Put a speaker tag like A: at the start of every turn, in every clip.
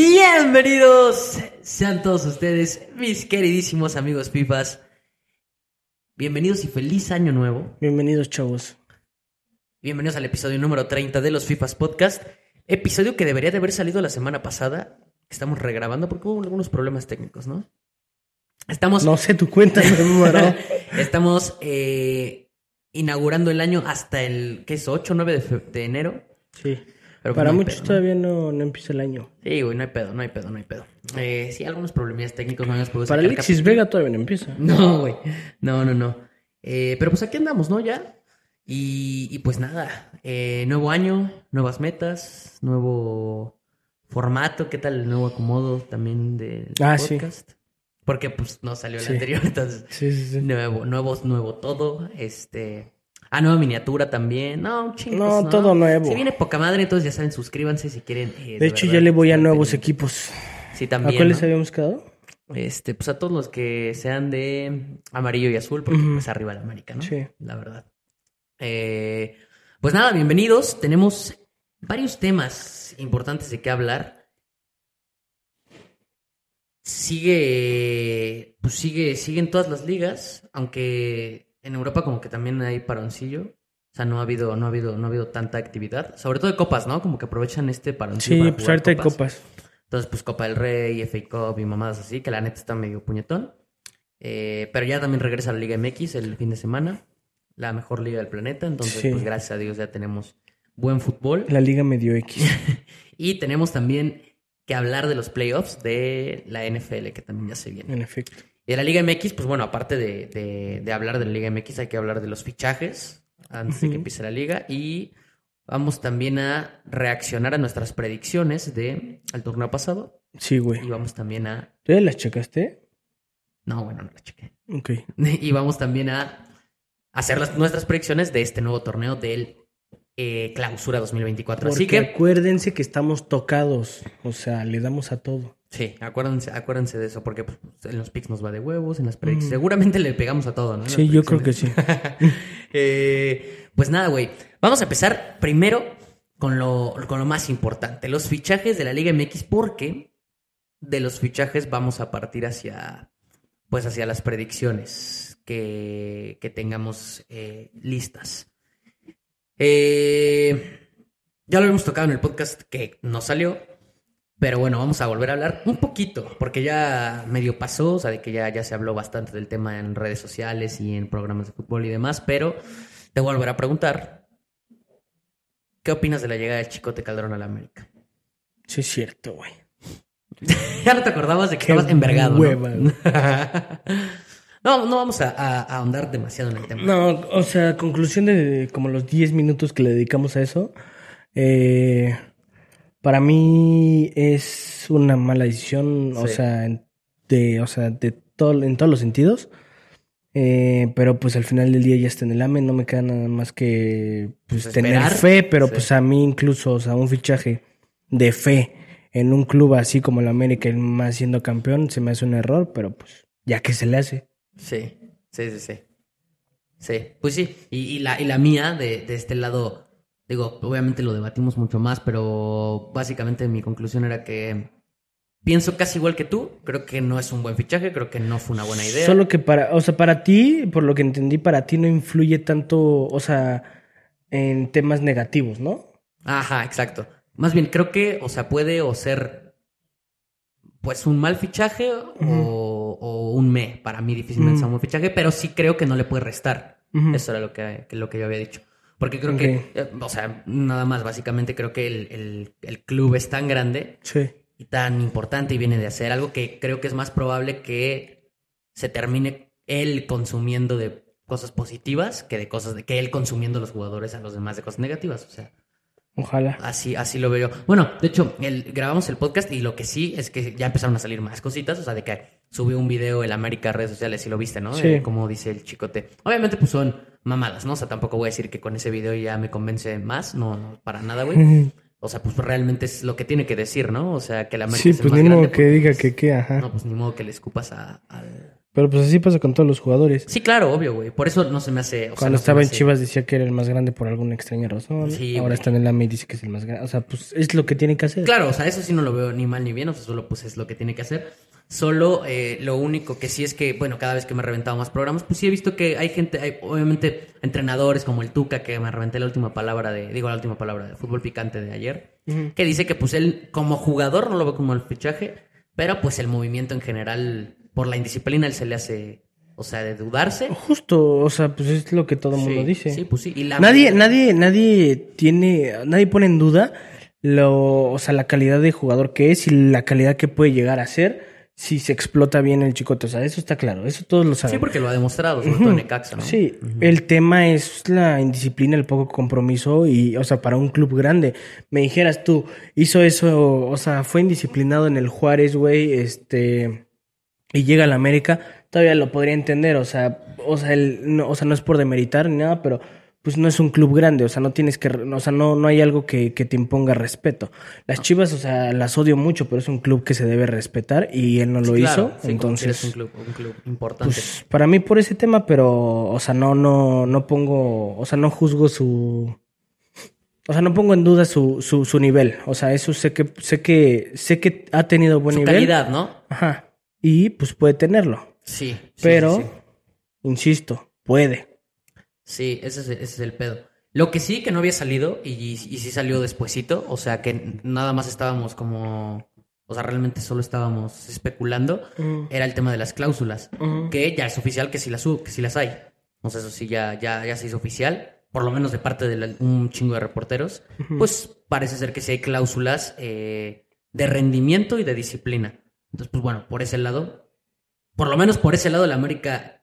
A: Bienvenidos sean todos ustedes, mis queridísimos amigos pipas. Bienvenidos y feliz año nuevo.
B: Bienvenidos, chavos.
A: Bienvenidos al episodio número 30 de los Fifas Podcast. Episodio que debería de haber salido la semana pasada, que estamos regrabando porque hubo algunos problemas técnicos, ¿no? Estamos,
B: No sé, tu cuenta me número.
A: estamos eh, inaugurando el año hasta el, ¿qué es? 8 o 9 de, fe- de enero.
B: Sí.
A: Pero pues
B: Para
A: no hay
B: muchos
A: pedo, ¿no?
B: todavía no, no empieza el año.
A: Sí, güey, no hay pedo, no hay pedo, no hay pedo. Eh, sí, algunos problemillas técnicos no habíamos podido
B: Para
A: sacar
B: Alexis Vega todavía no empieza.
A: No, güey. No, no, no. Eh, pero pues aquí andamos, ¿no? Ya. Y, y pues nada, eh, nuevo año, nuevas metas, nuevo formato, ¿qué tal el nuevo acomodo también del
B: Ah, sí.
A: podcast? Porque pues no salió el
B: Sí.
A: anterior, entonces
B: Sí, sí, sí.
A: nuevo, nuevo, nuevo todo, este... Ah, nueva miniatura también. No, un chingo,
B: No,
A: pues,
B: todo nuevo.
A: Si viene poca madre, entonces ya saben, suscríbanse si quieren. eh,
B: De hecho,
A: verdad,
B: ya le voy a
A: estar
B: nuevos
A: pendientes.
B: equipos.
A: Sí,
B: ¿A
A: también.
B: cuáles
A: ¿no?
B: habíamos quedado?
A: Este, pues a todos los que sean de amarillo y azul, porque
B: Ujú.
A: pues arriba la América, ¿no?
B: Sí.
A: La verdad. Eh, pues nada, bienvenidos. Tenemos varios temas importantes de qué hablar. Sigue, pues sigue, siguen todas las ligas, aunque en Europa como que también hay paroncillo. O sea, no ha habido, no ha habido, no ha habido tanta actividad. Sobre todo de copas, ¿no? Como que aprovechan este paroncillo.
B: Sí,
A: para
B: pues
A: jugar
B: ahorita hay copas.
A: entonces, pues Copa del Rey, FA Cup y mamadas así, que la neta está medio puñetón. Eh, pero ya también regresa la Liga MX el fin de semana, la mejor liga del planeta. Entonces,
B: Sí.
A: pues gracias a Dios ya tenemos buen fútbol.
B: La liga me dio X.
A: Y tenemos también que hablar de los playoffs de la NFL, que también ya se viene.
B: en efecto.
A: Y de la Liga MX, pues bueno, aparte de, de- de hablar de la Liga MX, hay que hablar de los fichajes antes de que
B: Ujú.
A: empiece la liga. Y vamos también a reaccionar a nuestras predicciones del torneo pasado.
B: Sí, güey.
A: Y vamos también a.
B: ¿Tú ya las checaste?
A: No, bueno, no lo chequé.
B: Ok.
A: Y vamos también a hacer las, nuestras predicciones de este nuevo torneo del eh, Clausura 2024.
B: Porque
A: Así que.
B: acuérdense que estamos tocados. O sea, le damos a todo.
A: Sí, acuérdense, acuérdense de eso, porque pues, en los picks nos va de huevos, en las predicciones.
B: Mm.
A: Seguramente le pegamos a todo, ¿no? En las
B: Sí, yo creo que sí.
A: predicciones. Eh, pues nada, güey. Vamos a empezar primero con lo, con lo más importante: los fichajes de la Liga MX, porque de los fichajes vamos a partir hacia. Pues hacia las predicciones que, que tengamos eh, listas. Eh, ya lo habíamos tocado en el podcast que no salió, pero bueno, vamos a volver a hablar un poquito, porque ya medio pasó, o sea, de que ya, ya se habló bastante del tema en redes sociales y en programas de fútbol y demás, pero te voy a volver a preguntar, ¿qué opinas de la llegada del Chicote Calderón a la América?
B: Sí, es cierto, güey.
A: ya no te acordabas de que
B: Qué
A: estabas envergado. ¿no?
B: hueva, güey.
A: no, no vamos a, a- a ahondar demasiado en el tema.
B: No, o sea, conclusión de como los 10 minutos que le dedicamos a eso. eh, para mí es una mala decisión, o
A: Sí.
B: sea, en- de, o sea, de todo, en todos los sentidos. Eh, pero pues al final del día ya está en el AME, no me queda nada más que pues,
A: Pues,
B: tener
A: esperar.
B: fe, pero
A: Sí.
B: pues a mí incluso, o sea, un fichaje de fe en un club así como el América, el más siendo campeón, se me hace un error, pero pues ya que se le hace.
A: Sí, sí, sí, sí. Sí, pues sí. Y, y la, y la mía de, de este lado, digo, obviamente lo debatimos mucho más, pero básicamente mi conclusión era que pienso casi igual que tú. Creo que no es un buen fichaje, creo que no fue una buena idea.
B: Solo que para, o sea, para ti, por lo que entendí, para ti no influye tanto, o sea, en temas negativos, ¿no?
A: Ajá, exacto. Más bien, creo que, o sea, puede o ser pues un mal fichaje o, o un me. Para mí difícilmente
B: Ujú.
A: es un buen fichaje, pero sí creo que no le puede restar. Eso era lo que, que lo que yo había dicho. Porque creo que, eh, o sea, nada más, básicamente creo que el, el- el club es tan grande
B: Sí.
A: y tan importante y viene de hacer algo que creo que es más probable que se termine él consumiendo de cosas positivas que de cosas de que él consumiendo los jugadores a los demás de cosas negativas. O sea,
B: Ojalá.
A: así, así lo veo yo. Bueno, de hecho, el, grabamos el podcast y lo que sí es que ya empezaron a salir más cositas. O sea, de que subió un video el América a redes sociales, si lo viste, ¿no?
B: Sí.
A: De cómo dice el chicote. Obviamente, pues son mamadas, ¿no? O sea, tampoco voy a decir que con ese video ya me convence más. No, no, para nada, güey. O sea, pues realmente es lo que tiene que decir, ¿no? O sea, que el América
B: Sí,
A: es el
B: pues
A: más
B: ni modo
A: grande,
B: que
A: pues,
B: diga que qué, ajá.
A: No, pues ni modo que le escupas a- al,
B: Pero pues así pasa con todos los jugadores.
A: Sí, claro, obvio, güey. Por eso no se me hace. o sea,
B: Cuando
A: no se
B: estaba
A: me
B: en
A: hace-
B: Chivas decía que era el más grande por alguna extraña razón.
A: Sí,
B: Ahora
A: güey.
B: está en el AME y dice que es el más grande. O sea, pues es lo que tiene que hacer.
A: Claro, o sea, eso sí no lo veo ni mal ni bien, o sea, solo pues es lo que tiene que hacer. Solo eh, lo único que sí es que, bueno, cada vez que me he reventado más programas, pues sí he visto que hay gente, hay, obviamente entrenadores como el Tuca, que me reventé la última palabra de, digo la última palabra de fútbol picante de ayer, que dice que pues él como jugador no lo ve como el fichaje, pero pues el movimiento en general, por la indisciplina, él se le hace, o sea, de dudarse.
B: Justo, o sea, pues es lo que todo el mundo
A: Sí,
B: dice.
A: Sí, pues sí. Y la-
B: Nadie, nadie, nadie tiene, nadie pone en duda lo, o sea, la calidad de jugador que es y la calidad que puede llegar a ser si se explota bien el chicote. O sea, eso está claro, eso todos lo saben.
A: Sí, porque lo ha demostrado, sobre todo Necaxa, ¿no?
B: Sí, el tema es la indisciplina, el poco compromiso y, o sea, para un club grande. Me dijeras tú, hizo eso, o sea, fue indisciplinado en el Juárez, güey, este, y llega al América, todavía lo podría entender, o sea, o sea, el- no, o sea, no es por demeritar ni nada, pero pues no es un club grande, o sea, no tienes que, re- o sea, no, no hay algo que, que te imponga respeto.
A: Ah.
B: Las Chivas, o sea, las odio mucho, pero es un club que se debe respetar y él no lo
A: Sí,
B: hizo,
A: claro, sí, como que
B: entonces
A: eres un club, un club importante.
B: pues, para mí por ese tema, pero, o sea, no, no, no pongo, o sea, no juzgo su, o sea, no pongo en duda su, su, su nivel, o sea, eso sé que, sé que, sé que ha tenido buen
A: Su
B: nivel,
A: calidad, ¿no?
B: ajá, y pues puede tenerlo,
A: Sí. sí,
B: pero,
A: Sí, sí.
B: insisto, puede,
A: Sí, ese, es, ese es el pedo. Lo que sí que no había salido, y, y, sí salió despuesito, o sea que nada más estábamos como... O sea, realmente solo estábamos especulando. Era el tema de las cláusulas. Mm. Que ya es oficial que sí las, hu- que sí las hay. O sea, eso sí ya, ya, ya se hizo oficial. Por lo menos de parte de la- un chingo de reporteros. Pues parece ser que sí hay cláusulas eh, de rendimiento y de disciplina. Entonces, pues bueno, por ese lado... Por lo menos por ese lado la América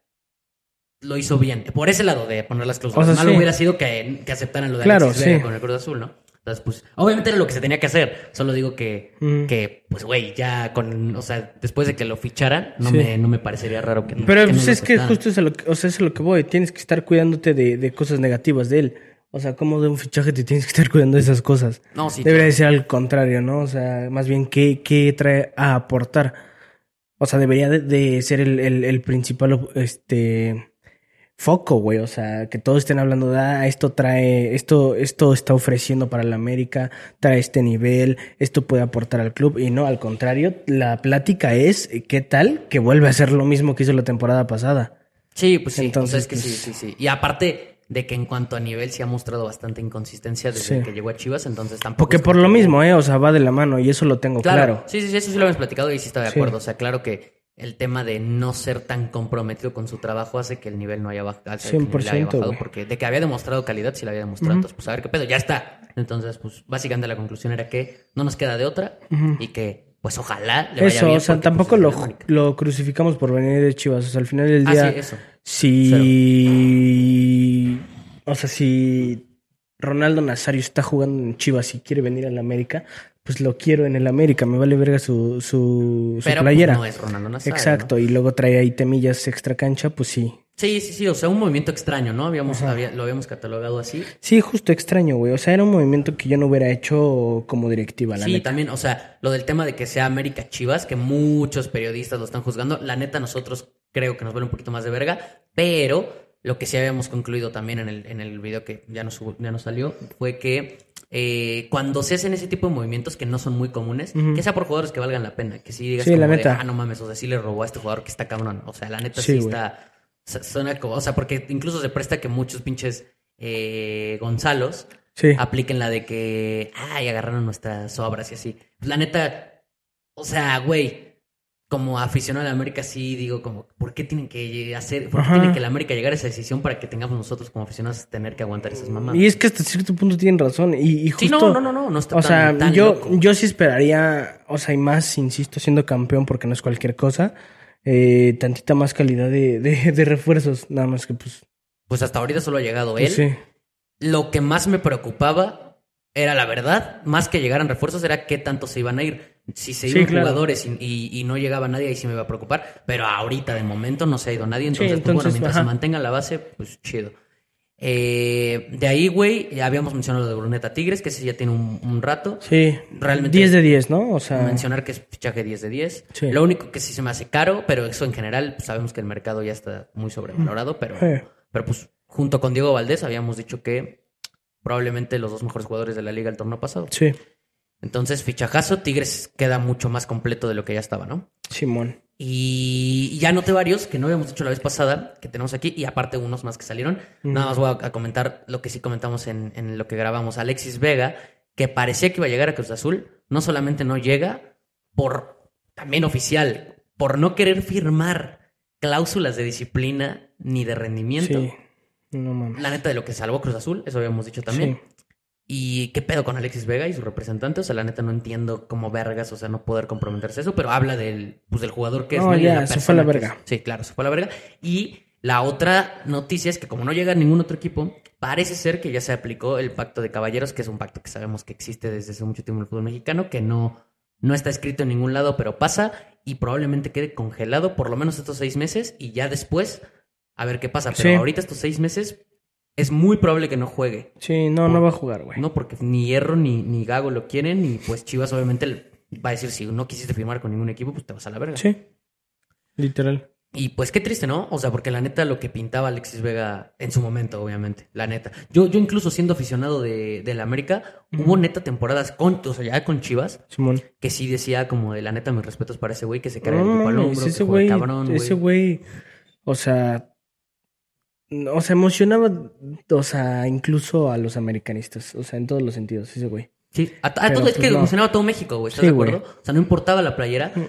A: lo hizo bien. Por ese lado de poner las cláusulas.
B: O sea,
A: Malo
B: sí.
A: hubiera sido que, que aceptaran lo de
B: Claro,
A: Alexis Vega
B: sí.
A: con el Cruz Azul, ¿no? Entonces, pues, obviamente era lo que se tenía que hacer. Solo digo que,
B: Mm.
A: que pues, güey, ya con, o sea, después de que lo ficharan, no,
B: Sí.
A: me, no me parecería raro que no-
B: pero
A: que no
B: pues
A: lo
B: es que
A: aceptaran.
B: justo es a lo que, o sea, es a lo que voy, tienes que estar cuidándote de, de cosas negativas de él. O sea, como de un fichaje te tienes que estar cuidando de esas cosas.
A: No, sí,
B: Debería ser al contrario, ¿no? O sea, más bien, ¿qué, qué trae a aportar? O sea, debería de, de ser el, el- el principal este, foco, güey. O sea, que todos estén hablando de, ah, esto trae, esto, esto está ofreciendo para la América, trae este nivel, esto puede aportar al club. Y no, al contrario, la plática es, eh, ¿qué tal? Que vuelve a ser lo mismo que hizo la temporada pasada.
A: Sí, pues sí. Entonces,
B: Entonces,
A: es que sí,
B: pues-
A: sí, sí. Y aparte de que en cuanto a nivel se ha mostrado bastante inconsistencia desde
B: Sí.
A: que llegó a Chivas, entonces tampoco.
B: Porque
A: es
B: por
A: como
B: lo
A: que-
B: mismo, ¿eh? O sea, va de la mano y eso lo tengo claro.
A: Sí, sí, sí, eso sí lo habíamos platicado y sí estaba de
B: Sí.
A: acuerdo. O sea, claro que el tema de no ser tan comprometido con su trabajo hace que el nivel no haya bajado. hace que el nivel haya
B: 100%,
A: bajado
B: güey.
A: porque de que había demostrado calidad, sí la había demostrado. Entonces, pues a ver qué pedo, ya está. Entonces, pues básicamente la conclusión era que no nos queda de otra y que, pues ojalá le vaya
B: Eso,
A: bien
B: o sea,
A: porque, pues,
B: tampoco
A: es
B: lo,
A: la única.
B: lo crucificamos por venir de Chivas. O sea, al final del
A: Ah,
B: día.
A: sí, eso.
B: Si. O sea, si Ronaldo Nazario está jugando en Chivas y quiere venir al América, pues lo quiero en el América. Me vale verga su, su, su
A: Pero pues,
B: playera.
A: no es Ronaldo Nazario. ¿no?
B: Exacto, y luego trae ahí temillas extra cancha, pues sí.
A: Sí, sí, sí, o sea, un movimiento extraño, ¿no? Habíamos, había- lo habíamos catalogado así.
B: Sí, justo extraño, güey. O sea, era un movimiento que yo no hubiera hecho como directiva, la
A: sí,
B: neta.
A: también, o sea, lo del tema de que sea América Chivas, que muchos periodistas lo están juzgando, la neta nosotros creo que nos vale un poquito más de verga, pero lo que sí habíamos concluido también en el, en el video que ya nos, hubo- ya nos salió fue que eh, cuando se hacen ese tipo de movimientos que no son muy comunes, que sea por jugadores que valgan la pena, que sí digas
B: Sí,
A: como
B: la
A: de,
B: neta.
A: ah, no mames, o sea, sí le robó a este jugador que está cabrón, o sea, la neta
B: Sí,
A: sí,
B: güey.
A: está, su- suena como, o sea, porque incluso se presta que muchos pinches eh, Gonzalos
B: Sí.
A: apliquen la de que, ay, agarraron nuestras obras y así. Pues, La neta, o sea, güey, como aficionado a la América sí digo como, ¿por qué tienen que hacer, por qué
B: Ajá.
A: tiene que la América llegar a esa decisión para que tengamos nosotros como aficionados tener que aguantar esas mamadas?
B: Y es que hasta cierto punto tienen razón. Y, y justo.
A: sí, no, no, no, no, no está
B: O
A: tan-
B: sea,
A: tan
B: yo,
A: loco.
B: yo sí esperaría, o sea, y más, insisto, siendo campeón porque no es cualquier cosa, eh, tantita más calidad de, de, de refuerzos, nada más que pues...
A: Pues hasta ahorita solo ha llegado él.
B: pues, sí.
A: Lo que más me preocupaba era la verdad, más que llegaran refuerzos, era qué tanto se iban a ir. Si se
B: Sí,
A: iban
B: claro.
A: jugadores y, y- y no llegaba nadie, ahí sí me iba a preocupar. Pero ahorita, de momento, no se ha ido nadie. Entonces, pues,
B: entonces,
A: bueno, mientras
B: ajá.
A: se mantenga la base, pues chido. Eh, de ahí, güey, ya habíamos mencionado lo de Bruneta Tigres, que ese ya tiene un, un rato.
B: Sí,
A: Realmente-
B: 10 de 10, ¿no? O sea,
A: Mencionar que es fichaje 10 de 10.
B: Sí.
A: Lo único que sí se me hace caro, pero eso en general pues, sabemos que el mercado ya está muy sobrevalorado, pero,
B: Sí.
A: pero pues junto con Diego Valdés habíamos dicho que probablemente los dos mejores jugadores de la liga el torneo pasado.
B: sí,
A: Entonces, fichajazo, Tigres queda mucho más completo de lo que ya estaba, ¿no?
B: Simón.
A: Y y ya noté varios que no habíamos dicho la vez pasada, que tenemos aquí, y aparte unos más que salieron.
B: Mm,
A: Nada más voy a, a comentar lo que sí comentamos en, en lo que grabamos. Alexis Vega, que parecía que iba a llegar a Cruz Azul, no solamente no llega, por también oficial, por no querer firmar cláusulas de disciplina ni de rendimiento.
B: Sí, no mames.
A: La neta de lo que salvó Cruz Azul, eso habíamos dicho también. ¿Y qué pedo con Alexis Vega y su representante? O sea, la neta no entiendo cómo vergas, o sea, no poder comprometerse a eso, pero habla del, pues, del jugador que es.
B: No,
A: Y
B: ya,
A: de la
B: se
A: persona
B: fue a la
A: que es.
B: verga.
A: Sí, claro, se fue a la verga. Y la otra noticia es que como no llega ningún otro equipo, parece ser que ya se aplicó el pacto de caballeros, que es un pacto que sabemos que existe desde hace mucho tiempo en el fútbol mexicano, que no, no está escrito en ningún lado, pero pasa y probablemente quede congelado por lo menos estos seis meses y ya después a ver qué pasa. Pero
B: Sí.
A: ahorita estos seis meses es muy probable que no juegue.
B: Sí, no, no va a jugar, güey.
A: No, porque ni Hierro ni, ni Gago lo quieren y pues Chivas obviamente le va a decir si no quisiste firmar con ningún equipo, pues te vas a la verga.
B: Sí, literal.
A: Y pues qué triste, ¿no? O sea, porque la neta lo que pintaba Alexis Vega en su momento, obviamente, la neta. Yo, yo incluso siendo aficionado de, de la América, hubo neta temporadas con, o sea, ya con Chivas,
B: Simón.
A: que sí decía como de la neta mis respetos para ese güey que se carga
B: No,
A: el equipo al
B: mames,
A: hombro, que
B: ese
A: juega
B: güey,
A: cabrón,
B: ese güey, o sea, no, o sea, emocionaba, o sea, incluso a los americanistas, o sea, en todos los sentidos, ese güey.
A: Sí, a, a
B: Pero,
A: todo, es
B: pues,
A: que
B: no.
A: emocionaba a todo México, güey, ¿estás
B: Sí,
A: de
B: güey.
A: acuerdo? O sea, no importaba la playera.
B: Mm.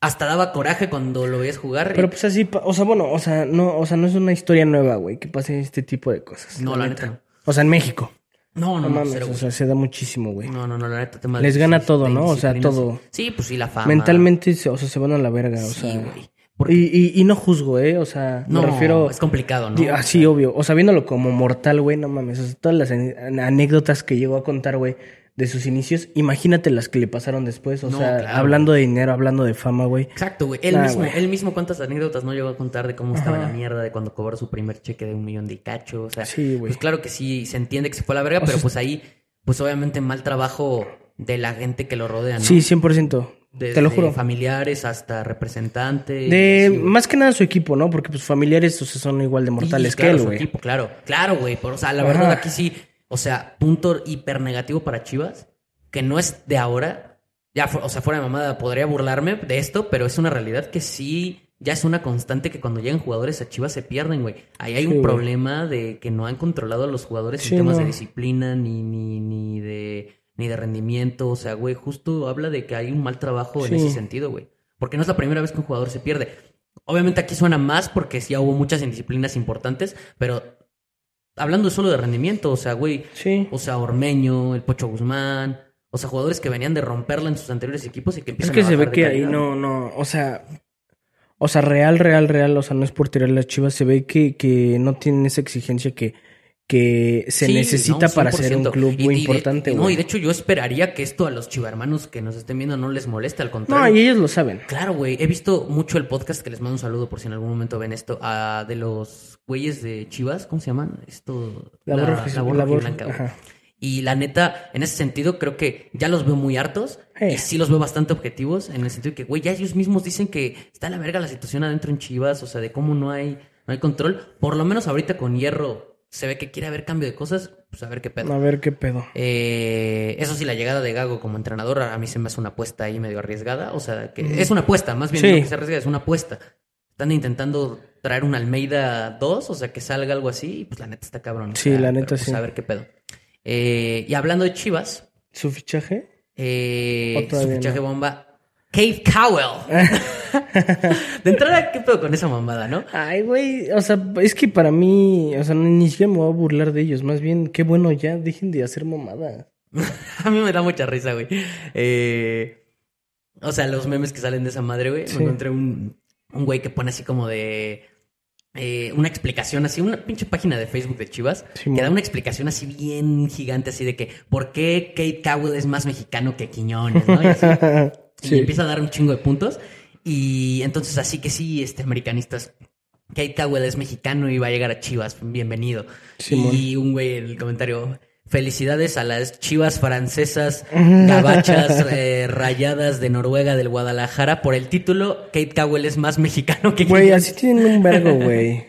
A: Hasta daba coraje cuando lo veías jugar.
B: Pero pues así, pa- o sea, bueno, o sea, no, o sea, no es una historia nueva, güey, que pasen este tipo de cosas.
A: No, la neta no.
B: O sea, en México.
A: No,
B: No
A: no, no,
B: mames,
A: cero,
B: o
A: güey.
B: sea, se da muchísimo, güey.
A: No, no, no, la neta. tema de
B: Les gana
A: disciplina-
B: todo, ¿no? O sea,
A: disciplina,
B: todo.
A: Sí, Sí, pues sí, la fama.
B: Mentalmente, se- o sea, se van a la verga, o
A: Sí,
B: sea.
A: güey. Porque-
B: Y, y, y no juzgo, ¿eh? O sea,
A: no,
B: me refiero...
A: es complicado, ¿no?
B: Di- ah, Así, obvio. O sea, viéndolo como mortal, güey, no mames. O sea, todas las an- anécdotas que llegó a contar, güey, de sus inicios, imagínate las que le pasaron después. O
A: No,
B: sea,
A: claro.
B: hablando de dinero, hablando de fama, güey.
A: Exacto, güey. Él
B: Nah,
A: mismo,
B: güey.
A: él mismo cuántas anécdotas no llegó a contar de cómo estaba
B: Ajá.
A: la mierda, de cuando cobró su primer cheque de un millón de cacho. O sea,
B: Sí, güey.
A: pues claro que sí, se entiende que se fue a la verga,
B: O
A: pero
B: sea,
A: pues ahí, pues obviamente mal trabajo de la gente que lo rodea, Ah, ¿no?
B: Sí, 100%.
A: Desde
B: te lo juro.
A: familiares hasta representantes.
B: De
A: sí, güey.
B: más que nada su equipo, ¿no? Porque pues familiares o sea, son igual de mortales
A: Sí, claro,
B: que él,
A: su
B: güey.
A: equipo, Claro, claro, güey. Pero, o sea, la
B: Ajá.
A: verdad aquí sí, o sea, punto hiper negativo para Chivas, que no es de ahora. Ya, fu- o sea, fuera de mamada, podría burlarme de esto, pero es una realidad que sí, ya es una constante que cuando llegan jugadores a Chivas se pierden, güey. Ahí hay
B: Sí,
A: un
B: güey.
A: problema de que no han controlado a los jugadores
B: Sí,
A: en temas de
B: no.
A: disciplina, ni, ni, ni de ni de rendimiento, o sea, güey, justo habla de que hay un mal trabajo en
B: Sí.
A: ese sentido, güey. Porque no es la primera vez que un jugador se pierde. Obviamente aquí suena más porque sí hubo muchas indisciplinas importantes, pero hablando solo de rendimiento, o sea, güey,
B: Sí.
A: o sea, Ormeño, el Pocho Guzmán, o sea, jugadores que venían de romperla en sus anteriores equipos y que
B: Es
A: empiezan
B: que
A: a
B: se ve
A: bajar de
B: que ahí
A: calidad.
B: no, no, o sea, o sea, real, real, real, o sea, no es por tirar las chivas, se ve que, que no tienen esa exigencia que, que se
A: Sí,
B: necesita
A: no,
B: para ser un
A: 100%.
B: club
A: Y-
B: muy
A: y de-
B: importante,
A: No, y
B: güey.
A: de hecho yo esperaría que esto a los chivarmanos que nos estén viendo no les moleste, al
B: No,
A: contrario.
B: y ellos lo saben.
A: Claro, güey. He visto mucho el podcast que les mando un saludo por si en algún momento ven esto. ah, de los güeyes de Chivas, ¿cómo se llaman? Esto.
B: La borra roja-
A: borra
B: la borra-
A: blanca, güey.
B: ajá.
A: Y la neta, en ese sentido, creo que ya los veo muy hartos.
B: Eh.
A: Y sí los veo bastante objetivos. En el sentido de que, güey, ya ellos mismos dicen que está a la verga la situación adentro en Chivas. O sea, de cómo no hay, no hay control. Por lo menos ahorita con hierro se ve que quiere haber cambio de cosas. Pues a ver qué pedo.
B: A ver qué pedo.
A: Eh, eso sí, la llegada de Gago como entrenador a mí se me hace una apuesta ahí medio arriesgada. O sea, que es una apuesta, más bien
B: Sí.
A: no que se arriesga, es una apuesta. Están intentando traer un Almeida 2, o sea, que salga algo así, y pues la neta está cabrón. o
B: Sí,
A: sea,
B: la
A: pero,
B: neta
A: pues,
B: sí.
A: A ver qué pedo. Eh, y hablando de Chivas,
B: ¿Su fichaje?
A: eh,
B: O
A: su
B: todavía no.
A: fichaje bomba, Cave Cowell. de entrada, ¿qué pedo con esa mamada, no?
B: Ay, güey, o sea, es que para mí, o sea, ni siquiera me voy a burlar de ellos, más bien, qué bueno ya, dejen de hacer mamadas.
A: A mí me da mucha risa, güey. Eh, o sea, los memes que salen de esa madre, güey.
B: Sí.
A: Me encontré un, un güey que pone así como de. eh, una explicación así, una pinche página de Facebook de Chivas
B: Sí,
A: que
B: mo-
A: da una explicación así bien gigante, así de que por qué Kate Cowell es más mexicano que Quiñones, ¿no? Y así, y
B: sí.
A: empieza a dar un chingo de puntos. Y entonces, así que sí, este, americanistas, Keita, güey, es mexicano y va a llegar a Chivas. Bienvenido.
B: Simón.
A: Y un güey en el comentario. Felicidades a las chivas francesas, gabachas, eh, rayadas de Noruega, del Guadalajara, por el título. Kate Cowell es más mexicano que
B: Güey, así tienen un vergo, güey.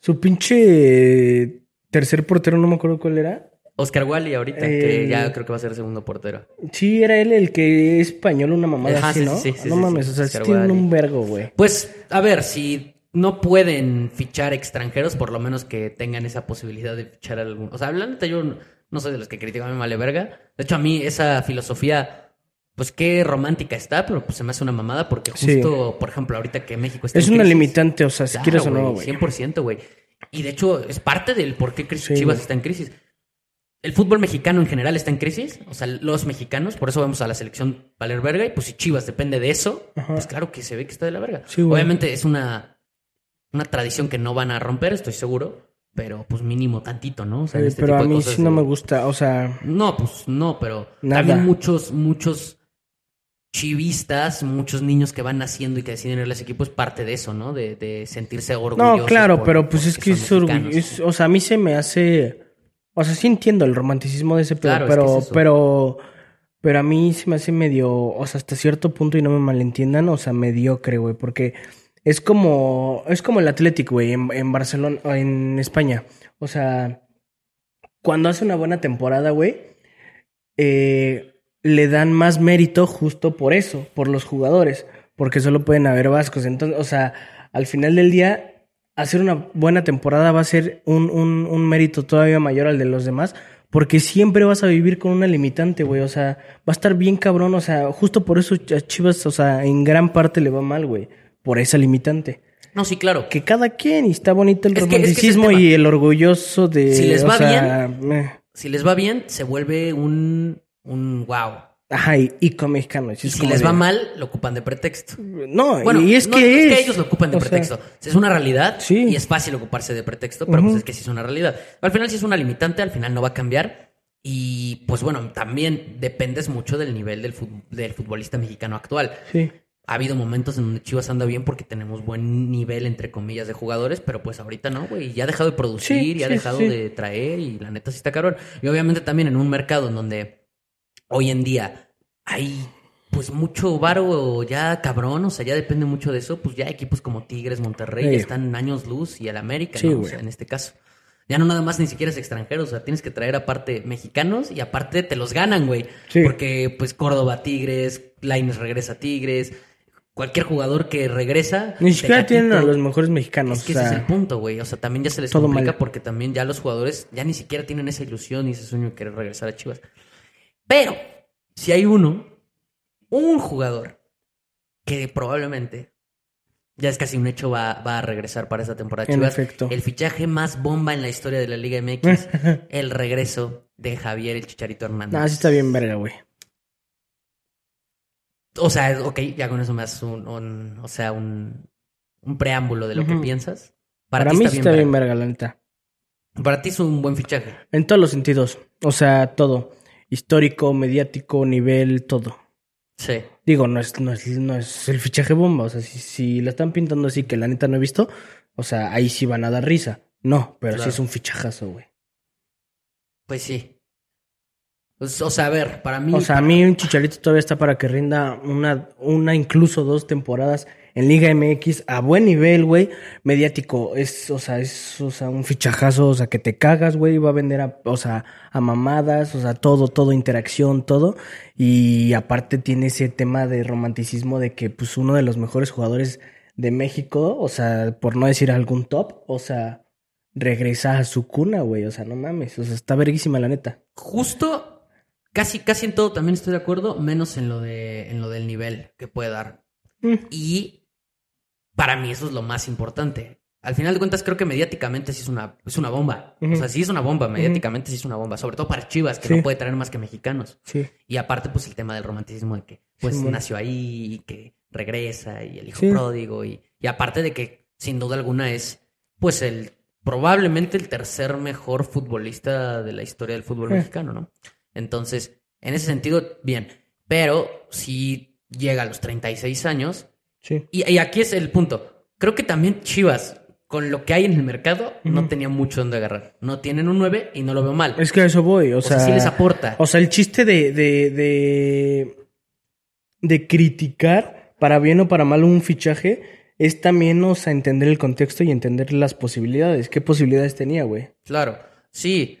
B: Su pinche eh, tercer portero, no me acuerdo cuál era.
A: Oscar Wally ahorita, que
B: Eh,
A: ya creo que va a ser segundo portero.
B: Sí, era él el que es español, una mamada
A: Ajá,
B: así,
A: Ah, sí,
B: ¿no?
A: sí, sí,
B: no
A: sí,
B: mames,
A: sí,
B: o sea,
A: Oscar
B: sí tienen
A: Wilde.
B: un vergo, güey.
A: Pues, a ver, si no pueden fichar extranjeros, por lo menos que tengan esa posibilidad de fichar algún. O sea, hablándote, yo no- no soy de los que critican a mi vale verga. De hecho, a mí esa filosofía, pues qué romántica está, pero pues se me hace una mamada porque
B: Sí.
A: justo, por ejemplo, ahorita que México está.
B: Es
A: en
B: una
A: crisis, pues,
B: limitante, o sea, si
A: claro,
B: quieres o no, güey.
A: 100%, güey. Y de hecho, es parte del por qué Cris-
B: Sí,
A: Chivas
B: güey.
A: está en crisis. El fútbol mexicano en general está en crisis, o sea, los mexicanos, por eso vemos a la selección valer verga, y pues si Chivas depende de eso,
B: Ajá.
A: pues claro que se ve que está de la verga.
B: Ah. Sí, güey.
A: Obviamente es una, una tradición que no van a romper, estoy seguro, pero pues mínimo tantito, ¿no? O sea, en
B: Eh,
A: este
B: pero
A: tipo
B: a
A: de
B: mí
A: cosas
B: sí no
A: de-
B: me gusta, o sea,
A: no, pues no, pero
B: Nada.
A: también muchos, muchos chivistas, muchos niños que van naciendo y que deciden ir a los equipos, parte de eso, ¿no? De, de sentirse orgullosos.
B: no, claro,
A: por-
B: pero pues
A: porque
B: es que
A: son
B: es, orgu-
A: mexicanos.
B: es- o sea, a mí se me hace, o sea, sí entiendo el romanticismo de ese pedo,
A: Claro, es que
B: pero,
A: es eso.
B: pero, pero a mí se me hace medio, o sea, hasta cierto punto y no me malentiendan, o sea, mediocre, güey, porque es como, es como el Athletic, güey, en, en Barcelona, en España, o sea, cuando hace una buena temporada, güey, eh, le dan más mérito justo por eso, por los jugadores, porque solo pueden haber vascos. Entonces, o sea, al final del día, hacer una buena temporada va a ser un, un- un mérito todavía mayor al de los demás, porque siempre vas a vivir con una limitante, güey. O sea, va a estar bien cabrón, o sea, justo por eso a Chivas, o sea, en gran parte le va mal, güey, por esa limitante.
A: No, sí, claro.
B: Que cada quien, y está bonito el
A: Es que- es que ese es el
B: romanticismo y
A: tema.
B: el orgulloso de...
A: Si les
B: o
A: va
B: sea, eh,
A: Si les va bien, se vuelve un, un wow.
B: ajá, y, y con mexicanos.
A: Y
B: es
A: si
B: como
A: les
B: de-
A: va mal, lo ocupan de pretexto.
B: No,
A: Bueno,
B: y es
A: no,
B: que es.
A: ellos lo ocupan de
B: o sea,
A: pretexto. es una realidad
B: Sí.
A: y es fácil ocuparse de pretexto, pero pues
B: Ujú.
A: es que sí es una realidad. Al final sí es una limitante, al final no va a cambiar. Y pues bueno, también dependes mucho del nivel del, fut- del futbolista mexicano actual.
B: sí.
A: Ha habido momentos en donde Chivas anda bien porque tenemos buen nivel, entre comillas, de jugadores, pero pues ahorita no, güey. Ya ha dejado de producir,
B: Sí,
A: ya ha
B: sí,
A: dejado
B: sí.
A: de traer y la neta sí está cabrón. Y obviamente también en un mercado en donde hoy en día hay pues mucho varo ya cabrón, o sea, ya depende mucho de eso, pues ya equipos como Tigres, Monterrey ya
B: Sí.
A: están años luz y el América,
B: Sí,
A: ¿no? O
B: güey.
A: sea, en este caso. Ya no nada más ni siquiera es extranjero, o sea, tienes que traer aparte mexicanos y aparte te los ganan, güey.
B: Sí.
A: Porque pues Córdoba Tigres, Laines regresa a Tigres, cualquier jugador que regresa.
B: Ni siquiera
A: Tecatito,
B: tienen a los mejores mexicanos.
A: Es que
B: o sea,
A: ese es el punto, güey. O sea, también ya se les
B: todo
A: complica
B: mal.
A: porque también ya los jugadores ya ni siquiera tienen esa ilusión y ese sueño de querer regresar a Chivas. Pero, si hay uno, un jugador que probablemente, ya es casi un hecho, va, va a regresar para esta temporada a
B: En
A: Chivas.
B: efecto. Eh.
A: El fichaje más bomba en la historia de la Liga MX, el regreso de Javier el Chicharito Hernández.
B: Nah, Ah, sí está bien verga, güey.
A: O sea, ok, ya con eso me haces un, un- o sea, un, un preámbulo de lo que
B: Ujú.
A: piensas.
B: Para,
A: Para, ti
B: mí
A: está
B: sí
A: bien,
B: está bien
A: verga.
B: verga, la neta.
A: Para ti es un buen fichaje.
B: En todos los sentidos. O sea, todo. Histórico, mediático, nivel, todo.
A: Sí.
B: Digo, no es, no es, no es el fichaje bomba. O sea, si, si la están pintando así que la neta no he visto, o sea, ahí sí van a dar risa. No, pero sí
A: Claro.
B: es un fichajazo, güey.
A: Pues sí. Pues, o sea, a ver, para mí.
B: O sea, a mí un chicharito todavía está para que rinda una, una incluso dos temporadas en Liga MX a buen nivel, güey. Mediático, es, o sea, es, o sea, un fichajazo, o sea, que te cagas, güey. Va a vender a, o sea, a mamadas, o sea, todo, todo, interacción, todo. Y aparte tiene ese tema de romanticismo de que, pues, uno de los mejores jugadores de México, o sea, por no decir algún top, o sea, regresa a su cuna, güey. O sea, no mames, o sea, está verguísima la neta.
A: justo, casi, casi en todo también estoy de acuerdo, menos en lo de, en lo del nivel que puede dar.
B: Mm.
A: Y para mí eso es lo más importante. Al final de cuentas, creo que mediáticamente sí es una, es una bomba. O
B: Ujú.
A: sea, sí es una bomba, mediáticamente sí es una bomba. Sobre todo para Chivas, que
B: Sí.
A: no puede traer más que mexicanos.
B: Sí.
A: Y aparte, pues el tema del romanticismo de que pues
B: Simón.
A: nació ahí y que regresa y el hijo
B: Sí.
A: pródigo. Y, y aparte de que, sin duda alguna, es pues el probablemente el tercer mejor futbolista de la historia del fútbol
B: Eh.
A: mexicano, ¿no? Entonces, en ese sentido, bien. Pero si llega a los 36 años,
B: Sí.
A: y, y aquí es el punto. Creo que también Chivas con lo que hay en el mercado, no tenía mucho donde agarrar. No tienen un 9 y no lo veo mal.
B: Es que a eso voy, o,
A: o sea, sí les aporta.
B: O sea, el chiste de, de, de, de criticar para bien o para mal un fichaje es también, o sea, entender el contexto y entender las posibilidades. ¿Qué posibilidades tenía, güey?
A: Claro, sí.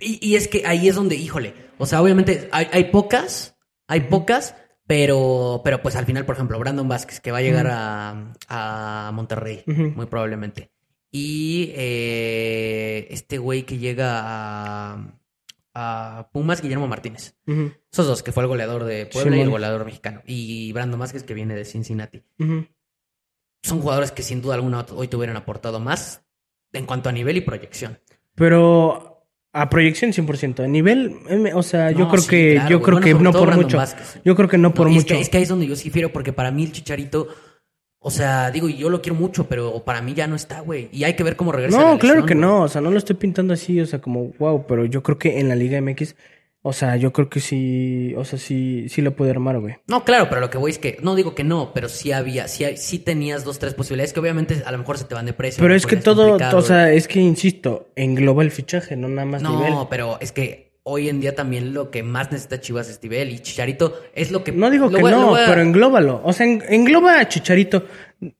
A: Y, y es que ahí es donde, híjole, o sea, obviamente hay, hay pocas, hay pocas, pero, pero pues al final, por ejemplo, Brandon Vázquez, que va a llegar a, a Monterrey,
B: Ujú.
A: muy probablemente. Y eh, este güey que llega a, a Pumas, Guillermo Martínez.
B: Ujú,
A: Esos dos, que fue el goleador de Puebla y el
B: Simón.
A: goleador mexicano. Y Brandon Vázquez, que viene de Cincinnati.
B: ujú.
A: Son jugadores que sin duda alguna hoy te hubieran aportado más en cuanto a nivel y proyección.
B: Pero a proyección 100%, a nivel, em, o sea, yo
A: No,
B: creo
A: sí,
B: que
A: claro,
B: yo
A: güey.
B: creo
A: Bueno,
B: que
A: sobre
B: no
A: todo
B: por
A: Brandon
B: mucho.
A: Vázquez.
B: Yo creo que no por
A: No, y es
B: mucho.
A: que- Es que, ahí es donde yo sí fiero, porque para mí el Chicharito, o sea, digo, y yo lo quiero mucho, pero para mí ya no está, güey. Y hay que ver cómo regresa.
B: No,
A: la
B: claro
A: lesión,
B: que
A: güey.
B: no, o sea, no lo estoy pintando así, o sea, como wow, pero yo creo que en la Liga MX, o sea, yo creo que sí, o sea, sí sí lo puede armar, güey.
A: No, claro, pero lo que voy es que, no digo que no, pero sí había, sí, hay- sí tenías dos, tres posibilidades que obviamente a lo mejor se te van de precio.
B: Pero
A: ¿no?
B: es que
A: Porque
B: todo,
A: complicado,
B: o sea, es que insisto, engloba el fichaje, no nada más
A: No,
B: nivel.
A: pero es que hoy en día también lo que más necesita Chivas es nivel y Chicharito es lo que...
B: No digo
A: lo
B: que
A: voy a- lo
B: no,
A: voy a-
B: pero englóbalo. O sea, en- engloba a Chicharito.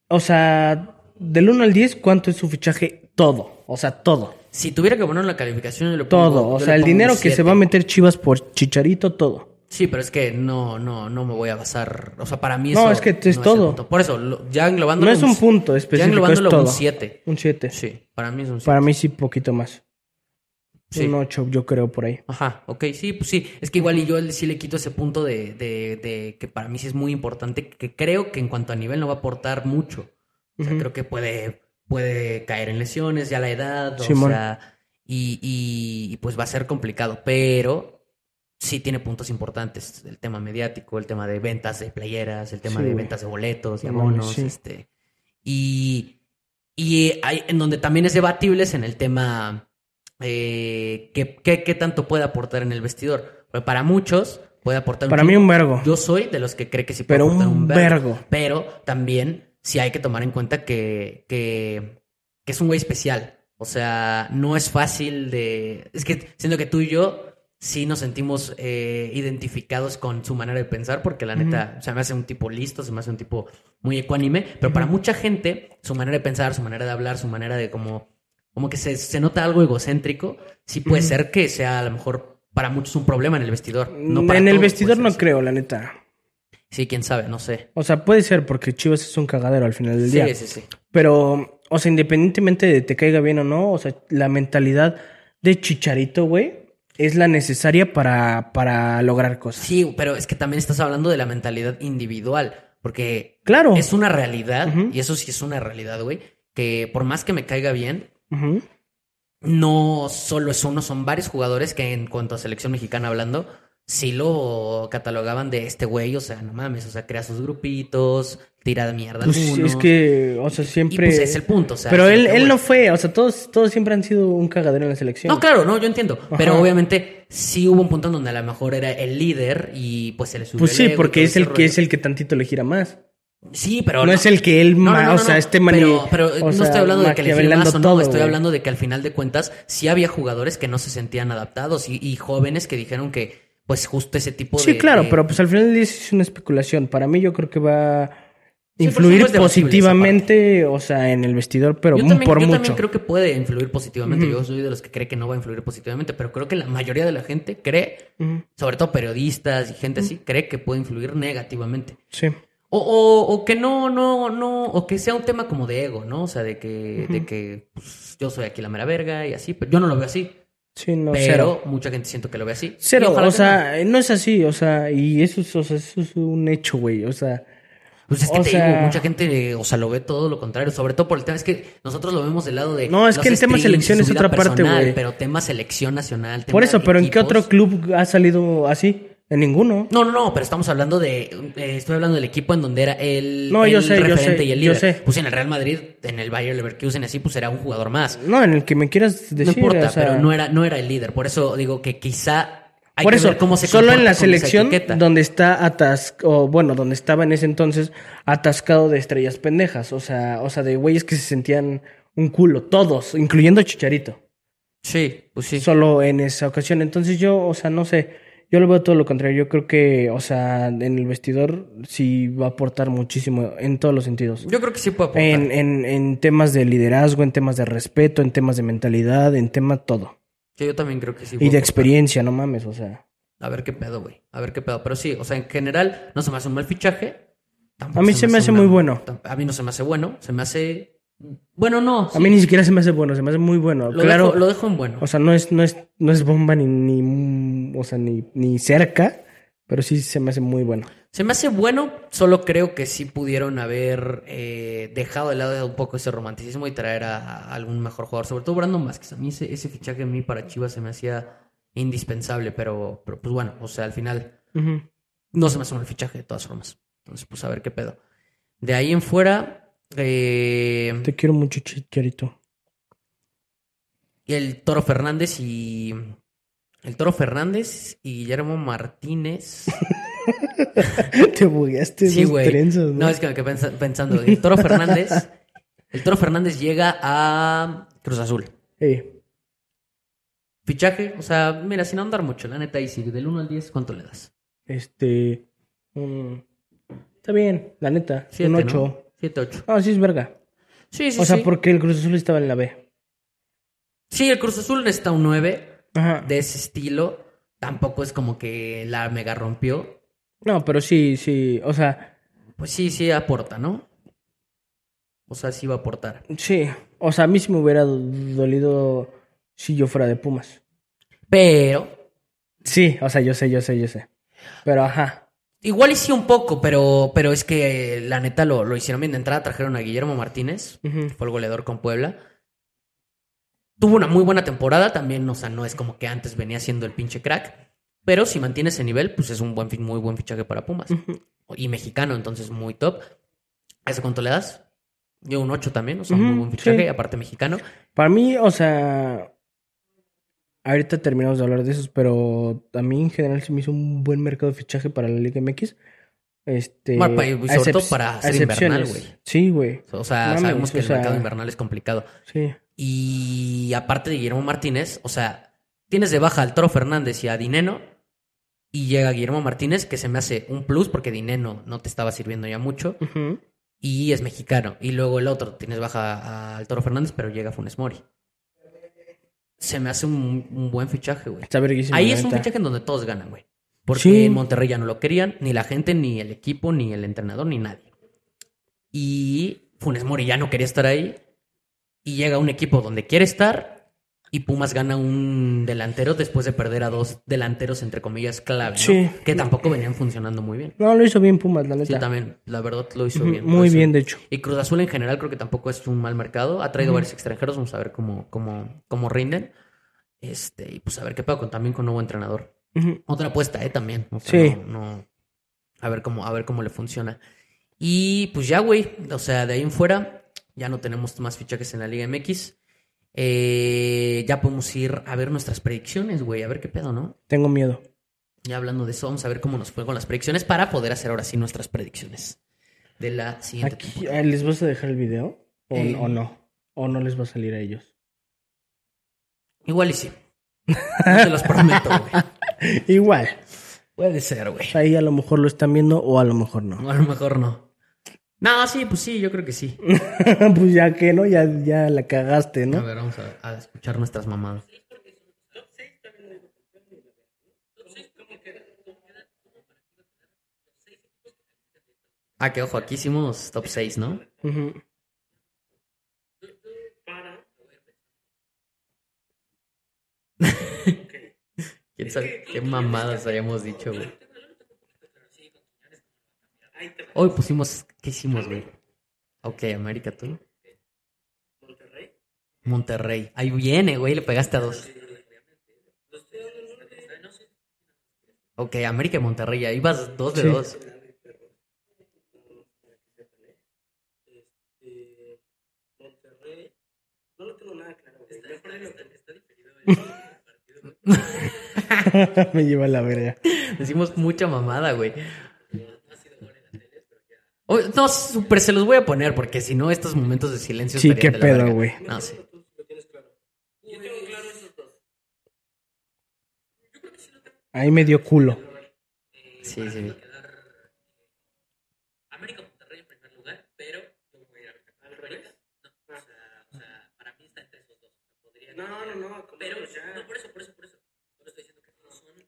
B: O sea, del 1 al 10, ¿cuánto es su fichaje? Todo. O sea, todo.
A: Si tuviera que poner la calificación... yo le pongo-
B: Todo.
A: yo
B: O
A: le
B: sea, el
A: pongo un
B: dinero que se
A: siete.
B: va a meter Chivas por Chicharito, todo.
A: Sí, pero es que no, no, no me voy a basar. O sea, para mí
B: No,
A: eso
B: es que es
A: el
B: todo.
A: punto. Por eso, lo- ya englobándolo.
B: No es un punto
A: Ya
B: específico, es
A: englobándolo
B: todo.
A: un 7.
B: Un 7.
A: Sí, para mí es un 7.
B: Para mí sí, poquito más.
A: Sí.
B: Un 8, yo creo, por ahí.
A: Ajá, ok, sí, pues sí. Es que igual y yo le- sí le quito ese punto de, de, de que para mí sí es muy importante, que creo que en cuanto a nivel no va a aportar mucho. O sea,
B: Ujú.
A: creo que puede, puede caer en lesiones, ya la edad, o
B: Simón.
A: sea, y, y- y pues va a ser complicado, pero sí tiene puntos importantes, el tema mediático, el tema de ventas de playeras, el tema
B: Sí,
A: de
B: güey.
A: ventas de boletos, de
B: No mames,
A: abonos,
B: sí.
A: este, y, y hay, en donde también es debatible es en el tema eh, qué qué- qué tanto puede aportar en el vestidor, Porque para muchos puede aportar
B: Para mí
A: chingo.
B: un vergo.
A: Yo soy de los que cree que sí puede
B: Pero
A: aportar
B: un vergo.
A: Pero también sí hay que tomar en cuenta que, que, que es un güey especial. O sea, no es fácil de... Es que siento que tú y yo sí nos sentimos eh, identificados con su manera de pensar porque la neta, o sea, me hace un tipo listo, se me hace un tipo muy ecuánime, pero para mucha gente su manera de pensar, su manera de hablar, su manera de como... Como que se, se nota algo egocéntrico, sí puede
B: Ujú.
A: ser que sea a lo mejor para muchos un problema en el vestidor. no para
B: Mm, en el
A: todos, pues,
B: vestidor
A: puede
B: no
A: ser.
B: creo, la neta.
A: Sí, quién sabe, no sé.
B: O sea, puede ser porque Chivas es un cagadero al final del
A: Sí,
B: día.
A: sí, sí.
B: Pero, o sea, independientemente de te caiga bien o no, o sea, la mentalidad de Chicharito, güey, es la necesaria para, para lograr cosas.
A: Sí, pero es que también estás hablando de la mentalidad individual, porque
B: Claro.
A: es una realidad,
B: Oh. Ujú.
A: y eso sí es una realidad, güey, que por más que me caiga bien,
B: Ujú.
A: no solo es uno, son varios jugadores que en cuanto a selección mexicana hablando, sí lo catalogaban de este güey, o sea, no mames, o sea, crea sus grupitos, tira de mierda
B: Pues,
A: alguno.
B: es que, o sea,
A: Y
B: siempre...
A: pues es el punto, o sea.
B: Pero
A: es
B: él,
A: lo que
B: él
A: voy.
B: no fue, o sea, todos, todos siempre han sido un cagadero en la selección.
A: No, claro, no, yo entiendo. Pero
B: Ajá.
A: obviamente sí hubo un punto en donde a lo mejor era el líder y pues se le subió
B: Pues
A: el
B: sí,
A: ego y
B: porque
A: todo
B: es
A: ese
B: el que
A: rollo.
B: es el que tantito le gira más.
A: Sí, pero
B: No, es el que él
A: No,
B: más,
A: no, no,
B: o
A: no,
B: sea,
A: no.
B: este mani...
A: Pero, pero
B: o
A: no
B: sea,
A: estoy hablando de que le
B: maquiavelando
A: firmas o no,
B: todo,
A: estoy
B: güey.
A: hablando de que al final de cuentas sí había jugadores que no se sentían adaptados y, y jóvenes que dijeron que pues justo ese tipo de...
B: Sí, claro,
A: de-
B: pero pues al final del día sí es una especulación. Para mí yo creo que va a
A: Sí, por
B: influir
A: supuesto, es debatible esa
B: positivamente, o sea, en el vestidor, pero
A: yo
B: mu-
A: también,
B: por
A: yo
B: mucho.
A: también creo que puede influir positivamente. Yo soy de los que cree que no va a influir positivamente, pero creo que la mayoría de la gente cree,
B: Ujú,
A: sobre todo periodistas y gente así, cree que puede influir negativamente.
B: Sí.
A: O, o, o que no, no, no, o que sea un tema como de ego, ¿no? O sea, de que, de
B: Ujú.
A: que pues, yo soy aquí la mera verga y así, pero yo no lo veo así.
B: Sí, no, cero.
A: pero mucha gente siento que lo ve así. Y
B: Cero,
A: ojalá
B: o
A: que
B: sea, no. es así, o sea, y eso es, o sea, eso es un hecho, güey, o sea,
A: no. Pues es que
B: o
A: te
B: sea-
A: digo, mucha gente, eh, o sea, lo ve todo lo contrario, sobre todo por el tema, es que nosotros lo vemos del lado de...
B: No, es
A: los
B: que el tema
A: streams,
B: selección
A: su
B: es
A: vida
B: otra parte,
A: personal,
B: güey.
A: Pero tema selección nacional. tema
B: por eso,
A: de
B: pero ¿en qué
A: equipos.
B: otro club ha salido así? En ninguno.
A: No, no, no, pero estamos hablando de... eh, estoy hablando del equipo en donde era el,
B: No,
A: el
B: yo sé, yo
A: referente
B: sé,
A: y el
B: yo
A: líder.
B: sé.
A: Pues en el Real Madrid, en el Bayern Leverkusen, así, pues era un jugador más.
B: No, en el que me quieras decir,
A: no importa,
B: o sea,
A: pero no era, no era el líder. Por eso digo que quizá Hay
B: Por
A: que
B: eso,
A: ver cómo se
B: solo en
A: comporta
B: la
A: con esa
B: selección
A: etiqueta.
B: donde está atascado, bueno, donde estaba en ese entonces atascado de estrellas pendejas, o sea, o sea, de güeyes que se sentían un culo, todos, incluyendo Chicharito,
A: Sí, pues sí.
B: solo en esa ocasión. Entonces yo, o sea, no sé, yo lo veo todo lo contrario, yo creo que, o sea, en el vestidor sí va a aportar muchísimo en todos los sentidos.
A: Yo creo que sí puede aportar.
B: En, en, en temas de liderazgo, en temas de respeto, en temas de mentalidad, en tema todo.
A: Sí, yo también creo que sí.
B: Y
A: puede
B: de
A: aportar.
B: experiencia, no mames, o sea.
A: A ver qué pedo, güey. A ver qué pedo. Pero sí, o sea, en general no se me hace un mal fichaje. Tampoco
B: A mí se me hace muy bueno.
A: tam- A mí no se me hace bueno. Se me hace... Bueno, no.
B: A
A: sí.
B: mí ni siquiera se me hace bueno, se me hace muy bueno.
A: lo,
B: claro,
A: dejo, lo dejo en bueno.
B: o sea, no es, no es, no es bomba ni, ni, mm, o sea, ni, ni cerca, pero sí se me hace muy bueno.
A: Se me hace bueno, solo creo que sí pudieron haber eh, dejado de lado un poco ese romanticismo y traer a, a algún mejor jugador, sobre todo Brandon Vázquez. A mí ese, ese fichaje a mí para Chivas se me hacía indispensable, pero, pero pues bueno, o sea, al final no se me hace mal fichaje de todas formas. Entonces, pues a ver qué pedo. De ahí en fuera, eh,
B: Te quiero mucho, Chicharito.
A: el Toro Fernández y... El Toro Fernández y Guillermo Martínez.
B: Te bugueaste
A: Sí,
B: sí,
A: güey.
B: trenzas, ¿no?
A: No, es que me quedé pensa- pensando. El Toro Fernández. El Toro Fernández llega a Cruz Azul.
B: Ey,
A: Fichaje, o sea, mira, sin andar mucho, la neta, y si del 1 al 10, ¿cuánto le das?
B: este. mm, está bien, la neta. un 8.
A: 7, 8.
B: No, sí es verga.
A: Sí, sí,
B: o sea,
A: sí.
B: porque el Cruz Azul estaba en la B.
A: Sí, el Cruz Azul necesita un 9
B: Ajá.
A: de ese estilo. Tampoco es como que la mega rompió.
B: No, pero sí, sí. O sea,
A: Pues sí, sí aporta, ¿no? O sea, sí va a aportar.
B: sí. O sea, a mí sí me hubiera dolido si yo fuera de Pumas.
A: Pero,
B: Sí, o sea, yo sé, yo sé, yo sé. Pero ajá.
A: Igual y sí un poco, pero, pero es que eh, la neta lo, lo hicieron bien de entrada. Trajeron a Guillermo Martínez,
B: Ujú.
A: que fue el goleador con Puebla. Tuvo una muy buena temporada también, o sea, no es como que antes venía siendo el pinche crack. Pero si mantiene ese nivel, pues es un buen, fi- muy buen fichaje para Pumas.
B: Ujú.
A: Y mexicano, entonces muy top. ¿A eso cuánto le das? Yo un 8 también, o sea, muy
B: Ujú,
A: buen fichaje,
B: sí.
A: aparte mexicano.
B: Para mí, o sea, ahorita terminamos de hablar de esos, pero a mí en general se me hizo un buen mercado de fichaje para la Liga MX. Este,
A: Bueno, pa- y sobre
B: a excep-
A: todo para
B: a
A: ser invernal,
B: excepciones.
A: güey.
B: Sí, güey.
A: O sea,
B: Mames,
A: sabemos que
B: o
A: el
B: sea-
A: mercado invernal es complicado.
B: Sí.
A: Y aparte de Guillermo Martínez, o sea, tienes de baja al Toro Fernández y a Dineno. Y llega Guillermo Martínez, que se me hace un plus porque Dineno no te estaba sirviendo ya mucho.
B: Ujú.
A: Y es mexicano. Y luego el otro, tienes baja al Toro Fernández, pero llega Funes Mori. Se me hace un, un buen fichaje, güey.
B: Está verguísimo.
A: Ahí
B: la
A: es un
B: neta.
A: fichaje en donde todos ganan, güey. Porque
B: Sí.
A: en Monterrey ya no lo querían, ni la gente, ni el equipo, ni el entrenador, ni nadie. Y Funes Mori ya no quería estar ahí. Y llega a un equipo donde quiere estar. Y Pumas gana un delantero después de perder a dos delanteros, entre comillas, clave. ¿no?
B: Sí.
A: Que tampoco venían funcionando muy bien.
B: No, lo hizo bien Pumas, la
A: Sí,
B: neta.
A: también, la verdad lo hizo
B: Ujú,
A: bien. lo
B: Muy
A: hizo
B: bien, de hecho.
A: y Cruz Azul en general creo que tampoco es un mal mercado. Ha traído varios extranjeros, vamos a ver cómo, cómo, cómo rinden. Este, y pues a ver qué pasa con, también con nuevo entrenador.
B: Ujú.
A: Otra apuesta, eh, también. O sea,
B: Sí.
A: no- no- a ver cómo, a ver cómo le funciona. Y pues ya, güey. O sea, de ahí en fuera, ya no tenemos más fichajes en la Liga MX. Eh, ya podemos ir a ver nuestras predicciones, güey. A ver qué pedo, ¿no?
B: Tengo miedo.
A: Ya hablando de eso, vamos a ver cómo nos fue con las predicciones para poder hacer ahora sí nuestras predicciones de la siguiente
B: Aquí, ah, ¿Les vas a dejar el video? ¿O,
A: Eh.
B: o no? ¿O no les va a salir a ellos?
A: Igual y sí. No te los prometo, güey.
B: Igual.
A: Puede ser, güey.
B: Ahí a lo mejor lo están viendo o a lo mejor no.
A: O A lo mejor no. No, sí, pues sí, yo creo que sí.
B: pues ya que, ¿no? Ya, ya la cagaste,
A: A
B: ¿no?
A: ver, vamos a, a escuchar nuestras mamadas. Ah, que ojo, aquí hicimos top 6, ¿no?
B: Ujú.
A: ¿Quién sabe qué mamadas habíamos dicho, güey? Hoy pusimos... ¿Qué hicimos, güey? Ok, América, tú. Monterrey. Ahí viene, güey, le pegaste a dos. Ok, América y Monterrey, ahí vas dos de
B: Sí.
A: dos.
B: Me lleva a la verga.
A: Decimos mucha mamada, güey. Oh, no, super, se los voy a poner porque si no, estos momentos de silencio.
B: Sí,
A: estarían
B: qué
A: de la
B: pedo,
A: verga.
B: güey.
A: No, sí.
B: Ahí me dio culo.
A: Sí, sí.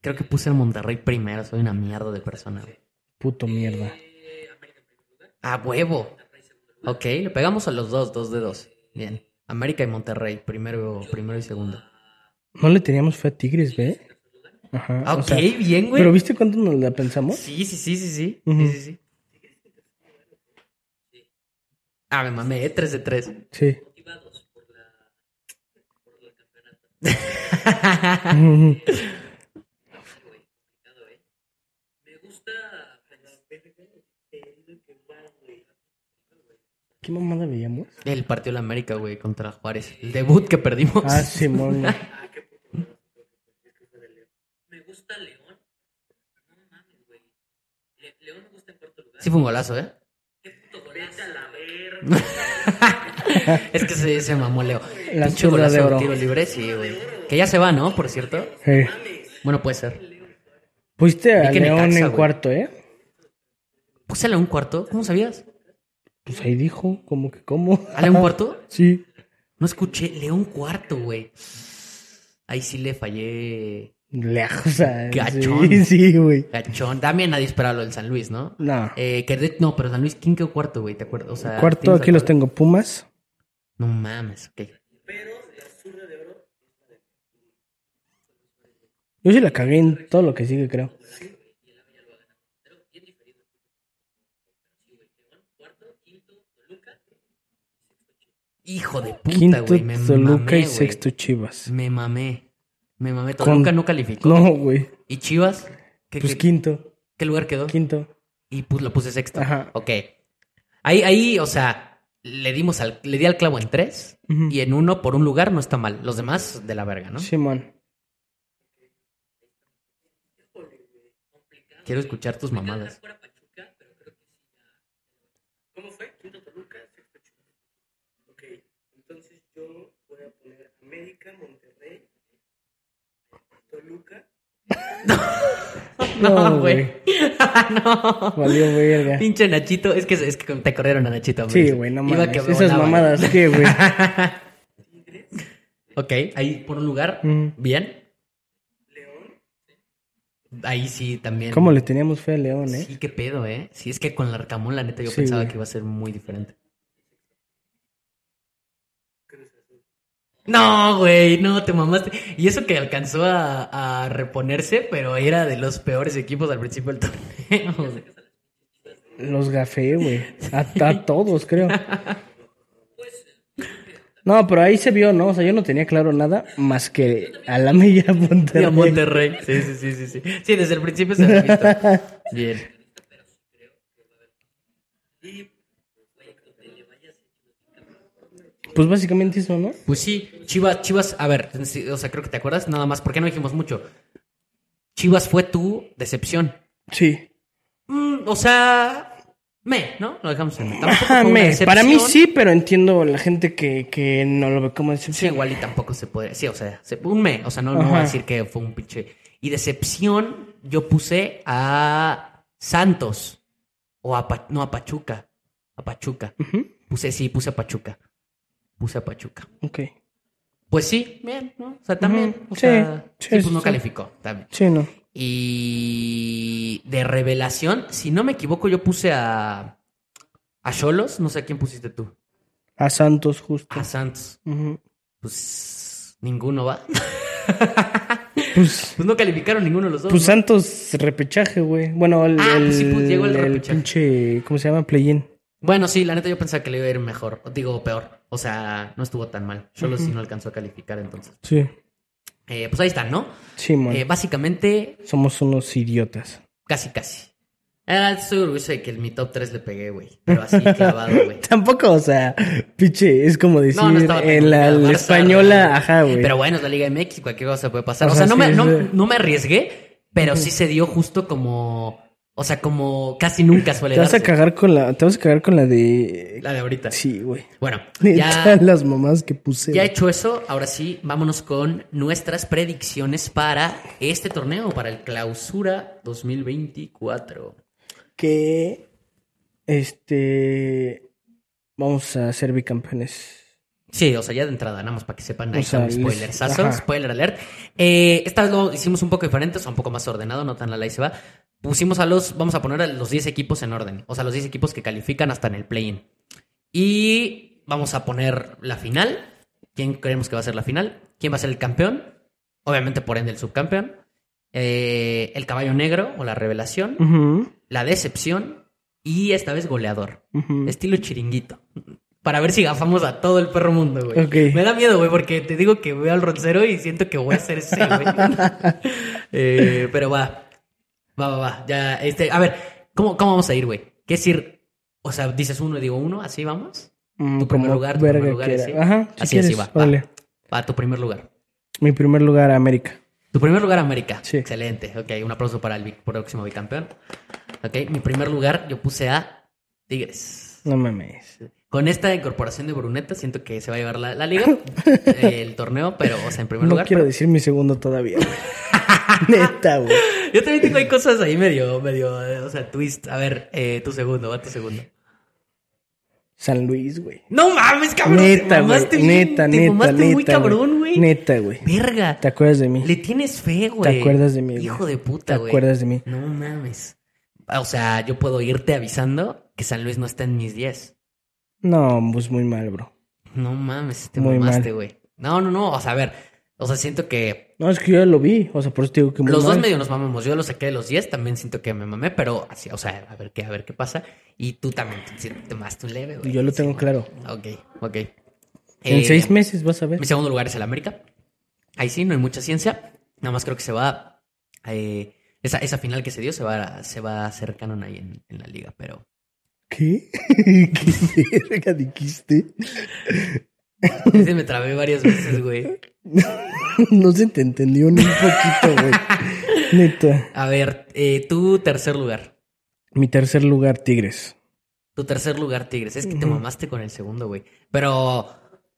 A: Creo que puse a Monterrey primero, soy una mierda de persona. güey.
B: Puto mierda.
A: A huevo. Ok, le pegamos a los dos, dos de dos. Bien. América y Monterrey, primero, primero y segundo.
B: No le teníamos fe a Tigres, ¿ve? Ajá.
A: Ah,
B: o
A: ok,
B: sea,
A: bien, güey.
B: Pero ¿viste cuánto nos la pensamos?
A: Sí, sí, sí, sí, sí.
B: Ujú.
A: Sí, sí, sí. Ah, me mamé, 3 de 3.
B: Sí. Ujú. ¿Qué mamada veíamos?
A: El partido de la América, güey, contra Juárez. El debut que perdimos.
B: Ah, Simón. güey.
A: Sí fue un golazo, ¿eh? es que se, se mamó Leo.
B: La
A: Pinche
B: zurda
A: golazo
B: de
A: un
B: oro.
A: tiro libre, sí, güey. Que ya se va, ¿no? Por cierto.
B: Eh,
A: Bueno, puede ser.
B: Pusiste a
A: Vi que
B: León
A: Necaxa,
B: en
A: güey.
B: cuarto, ¿eh?
A: Puse a León cuarto. ¿Cómo sabías?
B: Pues ahí dijo, como que cómo.
A: ¿A León cuarto?
B: Sí.
A: No escuché. León cuarto, güey. Ahí sí le fallé.
B: Lejos. ah,
A: Gachón.
B: Sí, sí, güey.
A: Gachón. También nadie esperaba lo del San Luis, ¿no?
B: No.
A: Eh, que de- no, pero San Luis, ¿quién quedó cuarto, güey? ¿Te acuerdas? O sea,
B: Cuarto,
A: ¿tienes
B: aquí los
A: recuerdo?
B: tengo. Pumas.
A: No mames, ok.
B: Yo sí la cagué en todo lo que sigue, creo.
A: Hijo de puta,
B: Quinto,
A: güey. Me
B: Toluca
A: mamé,
B: y
A: güey.
B: sexto, Chivas.
A: Me mamé. Me mamé.
B: Con-
A: Toluca no calificó.
B: No, güey.
A: ¿Y Chivas? ¿Qué,
B: Pues
A: qué-
B: quinto.
A: qué lugar quedó?
B: Quinto.
A: Y pues lo puse sexto.
B: Ajá.
A: Ok. Ahí, ahí, o sea, le dimos al, le di al clavo en tres
B: Ujú.
A: y en uno por un lugar no está mal. Los demás de la verga, Oh, ¿no?
B: Simón.
A: Quiero escuchar tus mamadas. No, güey. no.
B: Valió verga.
A: Pinche Nachito, es que, es que te corrieron a Nachito.
B: Sí,
A: hombre.
B: güey, no
A: Iba
B: mames.
A: que
B: Esas
A: volaba.
B: mamadas, ¿qué, güey?
A: Ok, ahí por un lugar.
B: Ujú.
A: Bien. León. Ahí sí, también.
B: ¿Cómo le teníamos fe a León, eh?
A: Sí, qué pedo, ¿eh? Sí, es que con la Arcamón, la neta, yo
B: Sí,
A: pensaba
B: güey.
A: que iba a ser muy diferente. No, güey, no, te mamaste. Y eso que alcanzó a, a reponerse, pero era de los peores equipos al principio del torneo. güey.
B: Los gafé, güey. A, a todos, creo. No, pero ahí se vio, ¿no? O sea, yo no tenía claro nada más que a la media
A: Y a
B: Monterrey.
A: Monterrey. Sí, sí, sí, sí, sí. Sí, desde el principio se había visto. Bien.
B: Pues básicamente eso, ¿no?
A: Pues sí, Chivas, Chivas, a ver, sí, o sea, creo que te acuerdas, nada más, porque no dijimos mucho. Chivas fue tu decepción.
B: Sí.
A: Mm, o sea, me, ¿no? Lo dejamos en me. Tampoco
B: Ajá,
A: fue una
B: Ah, me-
A: decepción.
B: Para mí sí, pero entiendo la gente que, que no lo ve como
A: Sí,
B: decepción.
A: igual y tampoco se podría. Sí, o sea, se- un me. O sea, no, no
B: Ajá.
A: voy a decir que fue un pinche. Y decepción, yo puse a Santos. O a Pa- no, a Pachuca. A Pachuca.
B: Ujú.
A: Puse, sí, puse a Pachuca. Puse a Pachuca.
B: Ok.
A: Pues sí, bien, ¿no? O sea, también.
B: Ujú,
A: O
B: sí,
A: sea,
B: sí,
A: sí, pues
B: sí,
A: no
B: sí.
A: calificó. También.
B: Sí, no.
A: Y de revelación, si no me equivoco, yo puse a. A Cholos, no sé a quién pusiste tú.
B: A Santos, justo.
A: A Santos.
B: Ujú.
A: Pues ninguno va.
B: Pues,
A: Pues no calificaron ninguno de los dos.
B: pues
A: ¿no?
B: Santos, repechaje, güey. Bueno, el,
A: Ah, pues sí,
B: el-
A: pues llegó el repechaje.
B: pinche, ¿cómo se llama? Play-in.
A: Bueno, sí, la neta yo pensaba que le iba a ir mejor. Digo, peor. O sea, no estuvo tan mal. Solo si no alcanzó a calificar entonces.
B: Sí.
A: Eh, pues ahí está, ¿no?
B: Sí, man.
A: Eh, básicamente,
B: Somos unos idiotas.
A: casi, casi. Ah, estoy orgulloso de que en mi top 3 le pegué, güey. Pero así clavado, güey.
B: Tampoco, o sea, pinche, es como decir
A: No, no estaba tan
B: en la,
A: complicado,
B: la
A: Barça,
B: española,
A: Real.
B: ajá, güey.
A: Pero bueno, es la Liga de México, cualquier cosa puede pasar. O,
B: Ajá,
A: sea, no,
B: sí,
A: me, no,
B: sí.
A: no me arriesgué, pero sí se dio justo como. O sea, como casi nunca suele
B: Te vas a
A: darse.
B: cagar con la, te vas a cagar con la de.
A: La de ahorita.
B: Sí, güey.
A: Bueno, ya,
B: Neta, las mamás que puse.
A: ya
B: güey.
A: hecho eso, ahora sí, vámonos con nuestras predicciones para este torneo, para el clausura 2024.
B: Que este vamos a ser bicampeones.
A: Sí, o sea, ya de entrada, nada más para que sepan, ahí
B: O sea,
A: está un
B: les-
A: spoiler,
B: ajá.
A: spoiler alert. Eh, esta vez lo hicimos un poco diferente, o sea, un poco más ordenado, no tan a la y se va. Pusimos a los, vamos a poner a los 10 equipos en orden, o sea, los 10 equipos que califican hasta en el play-in. Y vamos a poner la final, quién creemos que va a ser la final, quién va a ser el campeón, obviamente por ende el subcampeón, eh, el caballo negro o la revelación,
B: Ujú,
A: la decepción y esta vez goleador.
B: ujú.
A: Estilo chiringuito. Para ver si gafamos a todo el perro mundo, güey.
B: Ok.
A: Me da miedo, güey, porque te digo que veo al roncero y siento que voy a ser ese, güey. Eh, pero va. Va, va, va. Ya, este, a ver, ¿cómo, cómo vamos a ir, güey? ¿Qué es ir? O sea, dices uno y digo uno, así vamos.
B: Mm,
A: tu primer lugar, tu
B: verga
A: primer lugar,
B: que era.
A: así.
B: Ajá, si
A: Así, así
B: quieres,
A: va, va.
B: órale.
A: Va a tu primer lugar.
B: Mi primer lugar, América.
A: Tu primer lugar, América.
B: Sí.
A: Excelente. Ok, un aplauso para el bi- próximo bicampeón. Ok, mi primer lugar yo puse a Tigres.
B: No mames.
A: Con esta incorporación de Bruneta, siento que se va a llevar la, la liga, eh, el torneo, pero, o sea, en primer
B: No
A: lugar.
B: quiero decir mi segundo todavía. güey. Neta, güey.
A: pero- Yo también tengo ahí cosas ahí medio, medio, eh, o sea, twist. A ver, eh, tu segundo, va tu segundo.
B: San Luis, güey.
A: No mames, cabrón.
B: Neta,
A: te
B: güey.
A: mamaste bien,
B: Neta,
A: te
B: neta,
A: mamaste
B: neta.
A: muy cabrón, güey.
B: Neta, güey.
A: Verga.
B: ¿Te acuerdas de mí?
A: Le tienes fe, güey.
B: acuerdas de mí, güey.
A: Hijo de
B: ¿Te
A: puta, güey.
B: acuerdas de mí?
A: No mames. Ah, O sea, yo puedo irte avisando que San Luis no está en mis 10.
B: No, pues muy mal, bro.
A: No mames, te
B: Muy mal.
A: mamaste, güey. No, no, no. O sea, a ver. O sea, siento que
B: No, es que yo ya lo vi. O sea, por eso te digo que muy
A: Los dos
B: mal.
A: medio nos mamamos. Yo lo saqué de los 10, también siento que me mamé, pero así, o sea, a ver qué, a ver qué pasa. Y tú también te, te mamaste un leve, güey.
B: Yo lo
A: Sí,
B: tengo
A: güey.
B: claro.
A: Ok, ok.
B: En
A: Eh,
B: seis meses vas a ver.
A: Mi segundo lugar es el América. Ahí sí, no hay mucha ciencia. Nada más creo que se va. eh, esa, esa final que se dio se va, a- se va a hacer canon ahí en, en la liga, pero.
B: ¿Qué? ¿Qué verga dijiste?
A: Ese me trabé varias veces, güey.
B: No se te entendió ni un poquito, güey. Neta.
A: A ver, eh, tu tercer lugar.
B: Mi tercer lugar, Tigres.
A: Tu tercer lugar, Tigres. Es que te
B: Ujú.
A: mamaste con el segundo, güey. Pero,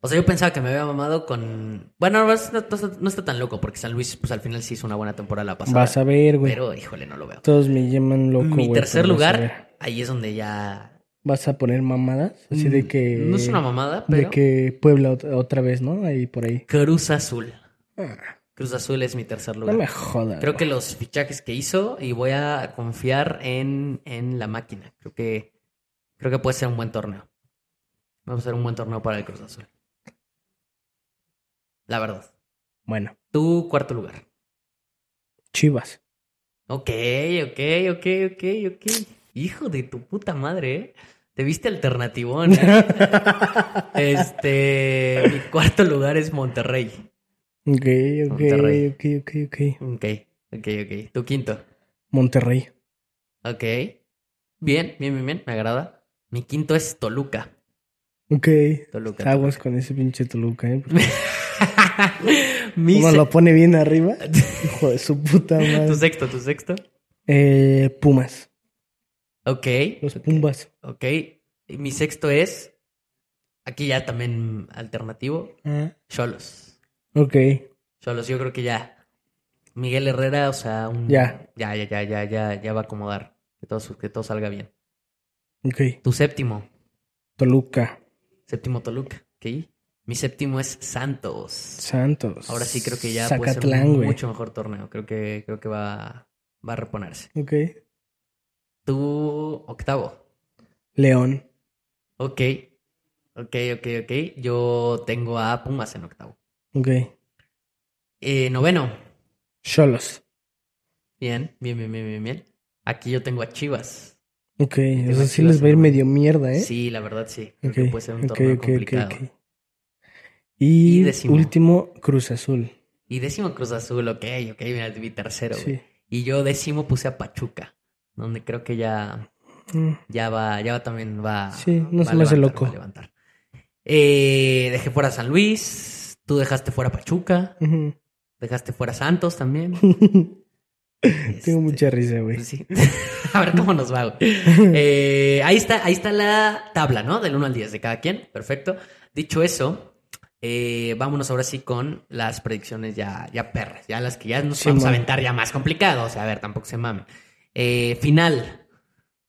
A: o sea, yo pensaba que me había mamado con. Bueno, no, no- no- no está tan loco, porque San Luis, pues al final sí hizo una buena temporada la pasada.
B: Vas a ver, güey.
A: Pero, híjole, no lo veo.
B: Todos me llaman loco,
A: Mi
B: güey,
A: tercer
B: pero vas a
A: lugar,
B: ver.
A: ahí es donde ya.
B: ¿Vas a poner mamadas? Así de que...
A: Mm, No es una mamada,
B: De
A: pero.
B: que Puebla ot- otra vez, ¿no? Ahí por ahí.
A: Cruz Azul.
B: Ah,
A: Cruz Azul es mi tercer
B: No
A: lugar.
B: me jodas.
A: Creo
B: güey.
A: que los fichajes que hizo y voy a confiar en, en la máquina. Creo que creo que puede ser un buen torneo. Va a ser un buen torneo para el Cruz Azul. La verdad.
B: Bueno,
A: Tu cuarto lugar.
B: Chivas.
A: Ok, ok, ok, ok, ok. Hijo de tu puta madre, ¿eh? Te viste alternativón. ¿eh? Este, mi cuarto lugar es Monterrey.
B: Ok, ok,
A: Monterrey.
B: ok, ok, ok.
A: Ok, ok, ok. Tu quinto.
B: Monterrey.
A: Ok. Bien, bien, bien, bien. Me agrada. Mi quinto es Toluca.
B: Ok.
A: Toluca.
B: Aguas con ese pinche Toluca, ¿eh?
A: Mi
B: Uno
A: se-
B: lo pone bien arriba. Hijo de su puta
A: Tu
B: madre.
A: sexto, tu sexto.
B: Eh, Pumas.
A: Ok.
B: Los Pumbas.
A: Ok. Y mi sexto es. Aquí ya también alternativo.
B: Ah,
A: Cholos.
B: ok.
A: Cholos, yo creo que ya. Miguel Herrera, o sea, un.
B: Ya.
A: Ya, ya, ya, ya, ya, ya va a acomodar. Que todo, su- que todo salga bien.
B: Ok.
A: Tu séptimo.
B: Toluca.
A: Séptimo Toluca. Ok. Mi séptimo es Santos.
B: Santos.
A: Ahora sí creo que ya puede ser
B: Zacatlán,
A: un
B: güey.
A: mucho mejor torneo. Creo que, creo que va, va a reponerse.
B: Ok.
A: Tu octavo.
B: León.
A: Ok. Ok, ok, ok. Yo tengo a Pumas en octavo.
B: Ok.
A: Eh, noveno.
B: Cholos.
A: Bien, bien, bien, bien, bien, bien. Aquí yo tengo a Chivas.
B: Ok. O sea,
A: vas
B: sí les va a ir
A: Chivas,
B: medio mierda, ¿eh?
A: Sí, la verdad sí. Creo
B: Ok.
A: que puede ser un
B: ok,
A: torneo
B: ok, ok,
A: complicado.
B: ok. Y,
A: Y décimo.
B: último, Cruz Azul.
A: Y décimo Cruz Azul, ok, ok, mira, mi tercero, güey.
B: Sí.
A: Y yo décimo puse a Pachuca. donde creo que ya,
B: Mm.
A: ya va, ya va también va.
B: Sí, no
A: va
B: se
A: a
B: me hace
A: levantar,
B: loco.
A: va a levantar. Eh, dejé fuera a San Luis, tú dejaste fuera a Pachuca,
B: Ujú.
A: dejaste fuera a Santos también.
B: Tengo
A: Este,
B: mucha risa, güey.
A: pues sí. a ver cómo nos va, güey.
B: Mm.
A: Eh, ahí está, ahí está la tabla, ¿no? Del 1 al 10 de cada quien. Perfecto. Dicho eso, eh, vámonos ahora sí con las predicciones ya, ya perras, ya las que ya nos
B: Sí,
A: vamos a
B: man.
A: aventar ya más complicado. O sea, a ver, tampoco se mamen. Eh, final.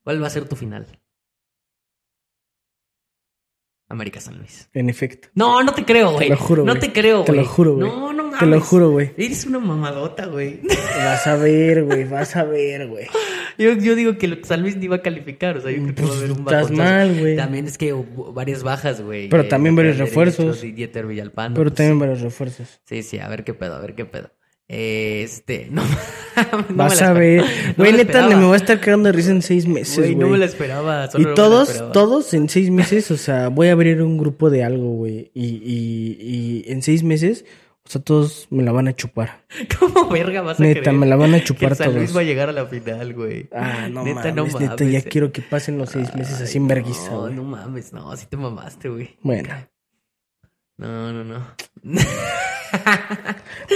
A: ¿Cuál va a ser tu final? América San Luis.
B: En efecto.
A: No, no te creo, güey.
B: lo juro,
A: No
B: güey.
A: te creo, güey.
B: Te lo juro, güey.
A: No, no mames.
B: Te lo juro, güey.
A: Eres una mamadota, güey.
B: Vas a ver, güey. Vas a ver, güey.
A: Yo, yo digo que San Luis ni va a calificar, o sea, yo creo que va a
B: Pues,
A: haber un
B: estás
A: bajonazo.
B: mal, güey.
A: También es que hubo varias bajas, güey.
B: Pero
A: Eh,
B: también varios
A: Dieter Derecho,
B: refuerzos.
A: Dieter Villalpando.
B: Pero
A: pues,
B: también para los refuerzos.
A: Sí, sí, a ver qué pedo, a ver qué pedo. Eh, este, no, no me
B: Vas
A: la
B: a ver.
A: esperaba. No me
B: Güey,
A: la
B: neta,
A: esperaba.
B: me voy a estar cagando de risa en seis meses,
A: Güey,
B: güey.
A: no me la esperaba. solo no
B: Y
A: me la
B: todos,
A: esperaba.
B: todos en seis meses, o sea, voy a abrir un grupo de algo, güey. Y, y, y en seis meses, o sea, todos me la van a chupar.
A: ¿Cómo verga vas a
B: Neta,
A: creer
B: me la van a
A: que
B: chupar
A: San Luis
B: todos.
A: va a llegar a la final, güey?
B: Ah, no
A: Neta,
B: mames,
A: no
B: neta, ya
A: mames. eh.
B: quiero que pasen los seis meses
A: Ay,
B: así en
A: no,
B: vergüenza, güey.
A: No mames, no, así te mamaste, güey.
B: Bueno,
A: No, no, no.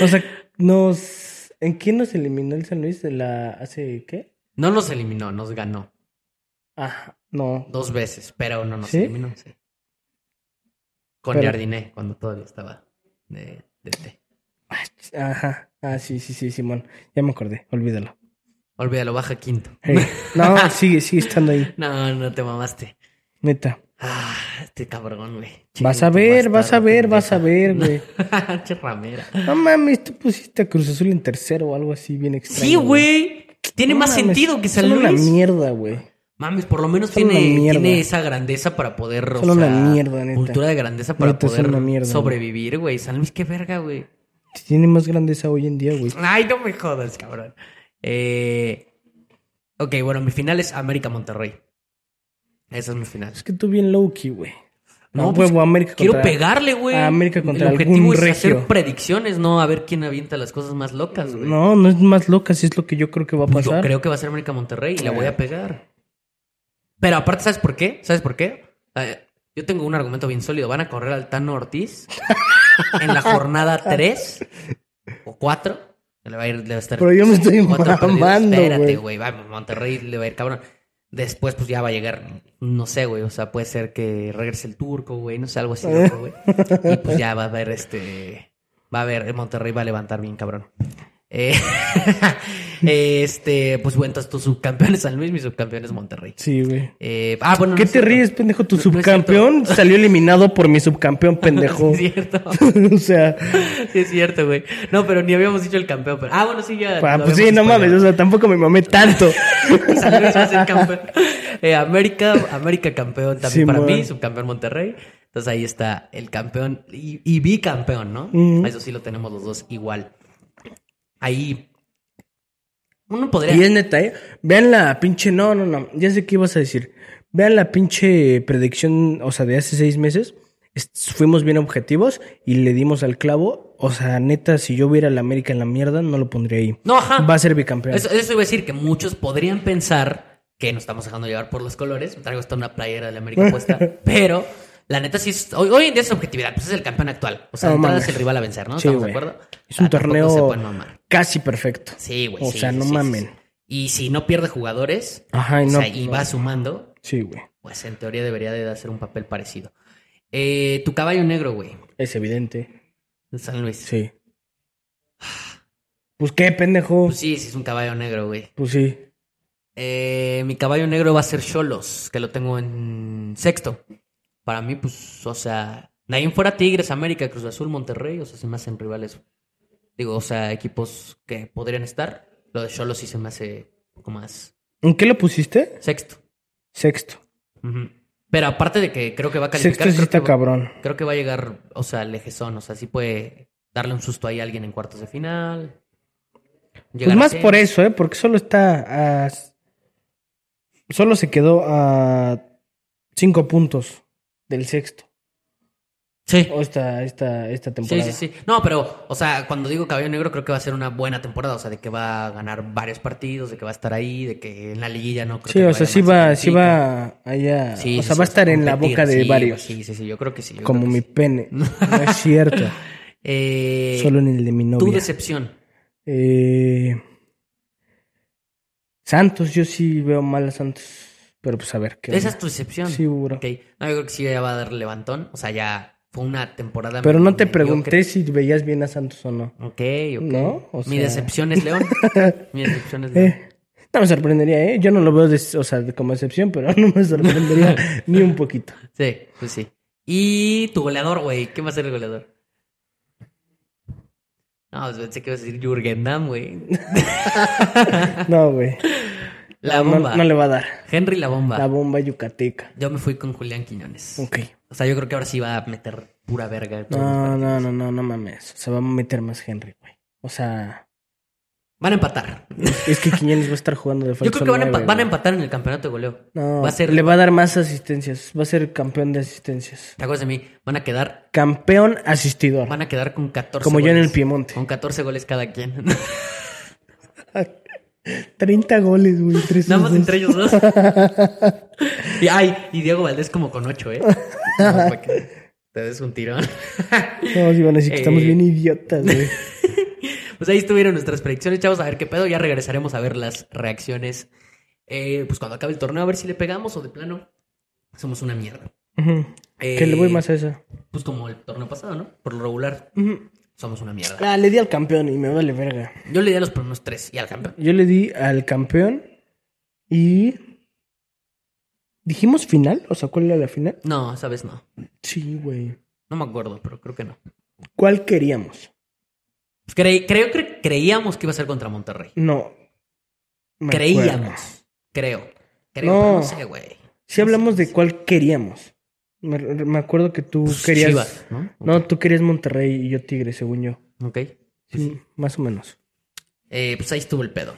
B: o sea, nos... ¿En qué nos eliminó el San Luis? ¿De la... ¿Hace qué?
A: No nos eliminó, nos ganó.
B: Ah, no.
A: Dos veces, pero no nos
B: ¿Sí?
A: eliminó. sí. Con
B: Pero-
A: Jardiné, cuando todavía estaba de, de té.
B: Ajá. Ah, sí, sí, sí, Simón. Ya me acordé, olvídalo.
A: Olvídalo, baja quinto.
B: Hey, No, sigue, sigue estando ahí,
A: No, no te mamaste.
B: neta.
A: Ah, este cabrón, güey.
B: Vas a ver, vas a ver, vas a ver, güey.
A: güey. che ramera.
B: No mames, tú pusiste a Cruz Azul en tercero o algo así bien extraño.
A: Sí, güey. Tiene
B: No
A: más
B: mames,
A: sentido que San
B: Solo una
A: Luis.
B: mierda, güey.
A: Mames, por lo menos
B: Solo
A: tiene,
B: una mierda.
A: tiene esa grandeza para poder. o
B: Solo una
A: sea,
B: mierda, neta.
A: Cultura de grandeza para
B: Neta, es
A: poder
B: una mierda, güey.
A: sobrevivir, güey. San Luis, qué verga, güey.
B: Tiene más grandeza hoy en día, güey.
A: Ay, no me jodas, cabrón. Eh, ok, bueno, mi final es América Monterrey. Esa es mi final.
B: Es que tú bien low-key, güey.
A: No,
B: No,
A: pues,
B: huevo, América
A: Quiero
B: Ah, contra-
A: pegarle, güey.
B: a América contra
A: El objetivo
B: algún
A: es hacer
B: regio.
A: predicciones, no a ver quién avienta las cosas más locas, güey.
B: No, no es más loca, si es lo que yo creo que va a
A: Pues yo
B: pasar. Eh.
A: creo que va a ser América Monterrey y la voy a pegar. Pero aparte, ¿sabes por qué? ¿Sabes por qué? Eh, yo tengo un argumento bien sólido. Van a correr al Tano Ortiz en la
B: Ah.
A: jornada 3 o 4. Le va a ir, le va a estar
B: Pero yo me estoy
A: cuatro perdidos.
B: mamando,
A: Espérate,
B: güey.
A: güey. Vamos, Monterrey le va a ir cabrón. Después, pues ya va a llegar, no sé, güey. O sea, puede ser que regrese el turco, güey. No sé, algo así, loco, güey. Y pues ya va a haber este. Va a haber, Monterrey va a levantar bien, cabrón. Eh, este, pues bueno, entonces tu subcampeón es San Luis, mi subcampeón es Monterrey.
B: Sí, güey.
A: Eh, ah, bueno. no
B: ¿Qué
A: es
B: te
A: cierto.
B: ríes, pendejo? Tu
A: No- no es
B: subcampeón salió eliminado por mi subcampeón, pendejo.
A: Sí, es cierto.
B: o sea,
A: Sí, es cierto, güey. No, pero ni habíamos dicho el campeón. pero- Ah, bueno, sí, ya.
B: pa,
A: lo
B: pues
A: habíamos
B: sí, no
A: spoileado.
B: mames, o sea, tampoco me mamé tanto.
A: San Luis va a ser campeón. Eh, América, América campeón también
B: Sí,
A: para
B: man.
A: mí, subcampeón Monterrey. Entonces ahí está el campeón y, y bicampeón, ¿no?
B: Ujú.
A: Eso sí lo tenemos los dos igual. Ahí. Uno podría.
B: y es neta, ¿eh? Vean la pinche... No, no, no, ya sé qué ibas a decir. Vean la pinche predicción, o sea, de hace seis meses. Es- Fuimos bien objetivos y le dimos al clavo. O sea, neta, si yo viera la América en la mierda, no lo pondría ahí.
A: No, ajá.
B: Va a ser bicampeón.
A: Eso, eso iba a decir que muchos podrían pensar que nos estamos dejando llevar por los colores. Traigo hasta una playera de la América puesta. Pero la neta sí es. Hoy, hoy en día es objetividad. Pues es el campeón actual. O sea, de
B: No
A: entrada
B: mames.
A: es el rival a vencer, ¿no?
B: Sí,
A: ¿Estamos de
B: güey.
A: acuerdo?
B: Es un
A: Ah, tampoco
B: torneo
A: se pueden mamar.
B: casi perfecto.
A: Sí, güey.
B: O
A: sí,
B: sea,
A: sí,
B: no
A: sí, sí,
B: mamen.
A: sí. Y si no pierde jugadores,
B: Ajá, y
A: o
B: no.
A: sea, y va sumando,
B: Sí, güey.
A: pues en teoría debería de hacer un papel parecido. Eh, tu caballo negro, güey.
B: Es evidente.
A: de San Luis.
B: Sí. Pues qué, pendejo.
A: Pues sí, sí es un caballo negro, güey.
B: Pues sí.
A: Eh, mi caballo negro va a ser Cholos, que lo tengo en sexto. Para mí, pues, o sea, de ahí en fuera Tigres, América, Cruz Azul, Monterrey, o sea, se me hacen rivales. Digo, o sea, equipos que podrían estar. Lo de Cholos sí se me hace un poco más
B: ¿En qué lo pusiste?
A: sexto.
B: Sexto.
A: Ujú. Pero aparte de que creo que va a calificar,
B: Sexto sí
A: creo,
B: está
A: que va,
B: cabrón.
A: creo que va a llegar, o sea, lejezón, o sea, sí puede darle un susto ahí a alguien en cuartos de final.
B: Pues
A: Llegar a
B: más por
A: semis.
B: eso, ¿eh? Porque solo está a... Solo se quedó a cinco puntos del sexto.
A: Sí.
B: O esta, esta, esta
A: Sí,
B: temporada.
A: sí, sí. No, pero, o sea, cuando digo caballo negro, creo que va a ser una buena temporada. O sea, de que va a ganar varios partidos, de que va a estar ahí, de que en la liguilla no creo
B: Sí,
A: que
B: o
A: vaya
B: sea, sí
A: más
B: va,
A: que
B: sí va allá.
A: Sí,
B: o
A: sí,
B: sea,
A: sí,
B: va a estar en la
A: competir,
B: boca de
A: sí,
B: varios.
A: Sí, sí, sí, yo creo que sí. yo
B: como
A: creo que
B: mi
A: sí.
B: pene. No es cierto.
A: Eh,
B: Solo en el de mi
A: tu
B: novia.
A: decepción.
B: Eh, Santos, yo sí veo mal a Santos. Pero pues a ver qué.
A: Esa es
B: onda.
A: tu decepción.
B: Sí, bro.
A: Ok. No, yo creo que sí ya va a dar levantón. O sea, ya fue una temporada.
B: Pero no te
A: mediocre.
B: pregunté si veías bien a Santos o no.
A: Ok, ok.
B: No, o
A: Mi
B: sea-
A: decepción es León. Mi decepción es León.
B: Eh, no me sorprendería, ¿eh? Yo no lo veo des- o sea, como excepción, pero no me sorprendería ni un poquito.
A: Sí, pues sí. Y tu goleador, güey. ¿Qué va a ser el goleador? No, pues pensé que ibas a decir Jürgen Damm, güey.
B: No, güey.
A: La
B: No,
A: bomba.
B: no le va a dar.
A: Henry la bomba.
B: La bomba yucateca.
A: Yo me fui con Julián Quiñones.
B: Ok.
A: O sea, yo creo que ahora sí va a meter pura verga. en todos los
B: No,
A: partidos.
B: no, no, no, no mames. O sea, va a meter más Henry, güey. O sea,
A: Van a empatar.
B: es que Quiñones va a estar jugando de falso
A: Yo creo que van a,
B: nueve,
A: empa- van a
B: güey.
A: empatar en el campeonato de goleo.
B: No,
A: va a ser-
B: le va a dar más asistencias. Va a ser campeón de asistencias.
A: ¿Te acuerdas de mí? Van a quedar,
B: Campeón asistidor.
A: van a quedar con 14
B: Como yo
A: goles.
B: en el Piemonte.
A: Con 14 goles cada quien.
B: 30 goles, güey. tres
A: Nada más
B: goles.
A: entre ellos dos. y, ay, y Diego Valdés como con ocho, ¿eh? Nada más para que te des un tirón.
B: No, sí van a decir que estamos
A: Eh.
B: bien idiotas, güey.
A: pues ahí estuvieron nuestras predicciones, chavos. A ver qué pedo. Ya regresaremos a ver las reacciones. Eh, pues cuando acabe el torneo, a ver si le pegamos o de plano. Somos una mierda.
B: Ujú.
A: Eh,
B: que le voy más a esa.
A: Pues como el torneo pasado, ¿no? Por lo regular,
B: Ujú.
A: somos una mierda.
B: Ah, le di al campeón y me vale verga.
A: Yo le di a los primeros tres y al campeón.
B: Yo le di al campeón y. ¿Dijimos final? O sea, ¿cuál era la final?
A: No, esa vez no.
B: Sí, güey.
A: No me acuerdo, pero creo que no.
B: ¿Cuál queríamos?
A: Pues creí- creo que creíamos que iba a ser contra Monterrey.
B: No. Me acuerdo.
A: Creíamos. Creo. Creo,
B: No.
A: pero no sé, güey.
B: Si hablamos de cuál queríamos. Me, me acuerdo que tú
A: Pues,
B: querías.
A: Chivas, ¿no?
B: No, tú querías Monterrey y yo Tigre, según yo.
A: Ok.
B: Sí, más o menos.
A: Eh, pues ahí estuvo el pedo.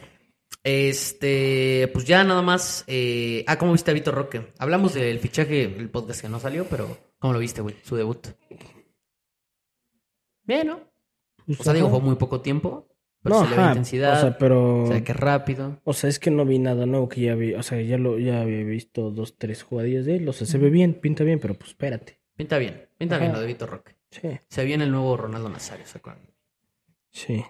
A: Este, pues ya nada más. eh, Ah, ¿cómo viste a Vitor Roque? Hablamos del fichaje, el podcast que no salió, pero ¿cómo lo viste, güey? Su debut. Bien, ¿no? O sea, digo,
B: Ajá.
A: jugó muy poco tiempo, pero
B: No,
A: se le ve
B: ajá.
A: intensidad.
B: O sea, pero.
A: O sea, que rápido.
B: O sea, es que no vi nada nuevo que ya vi. O sea, ya lo ya había visto dos, tres jugadillas de él. O sea, se ve bien, pinta bien, pero pues espérate.
A: Pinta bien, pinta bien
B: Ajá.
A: lo de Vitor Roque.
B: Sí,
A: Se viene el nuevo Ronaldo Nazario, ¿se acuerdan?
B: sí.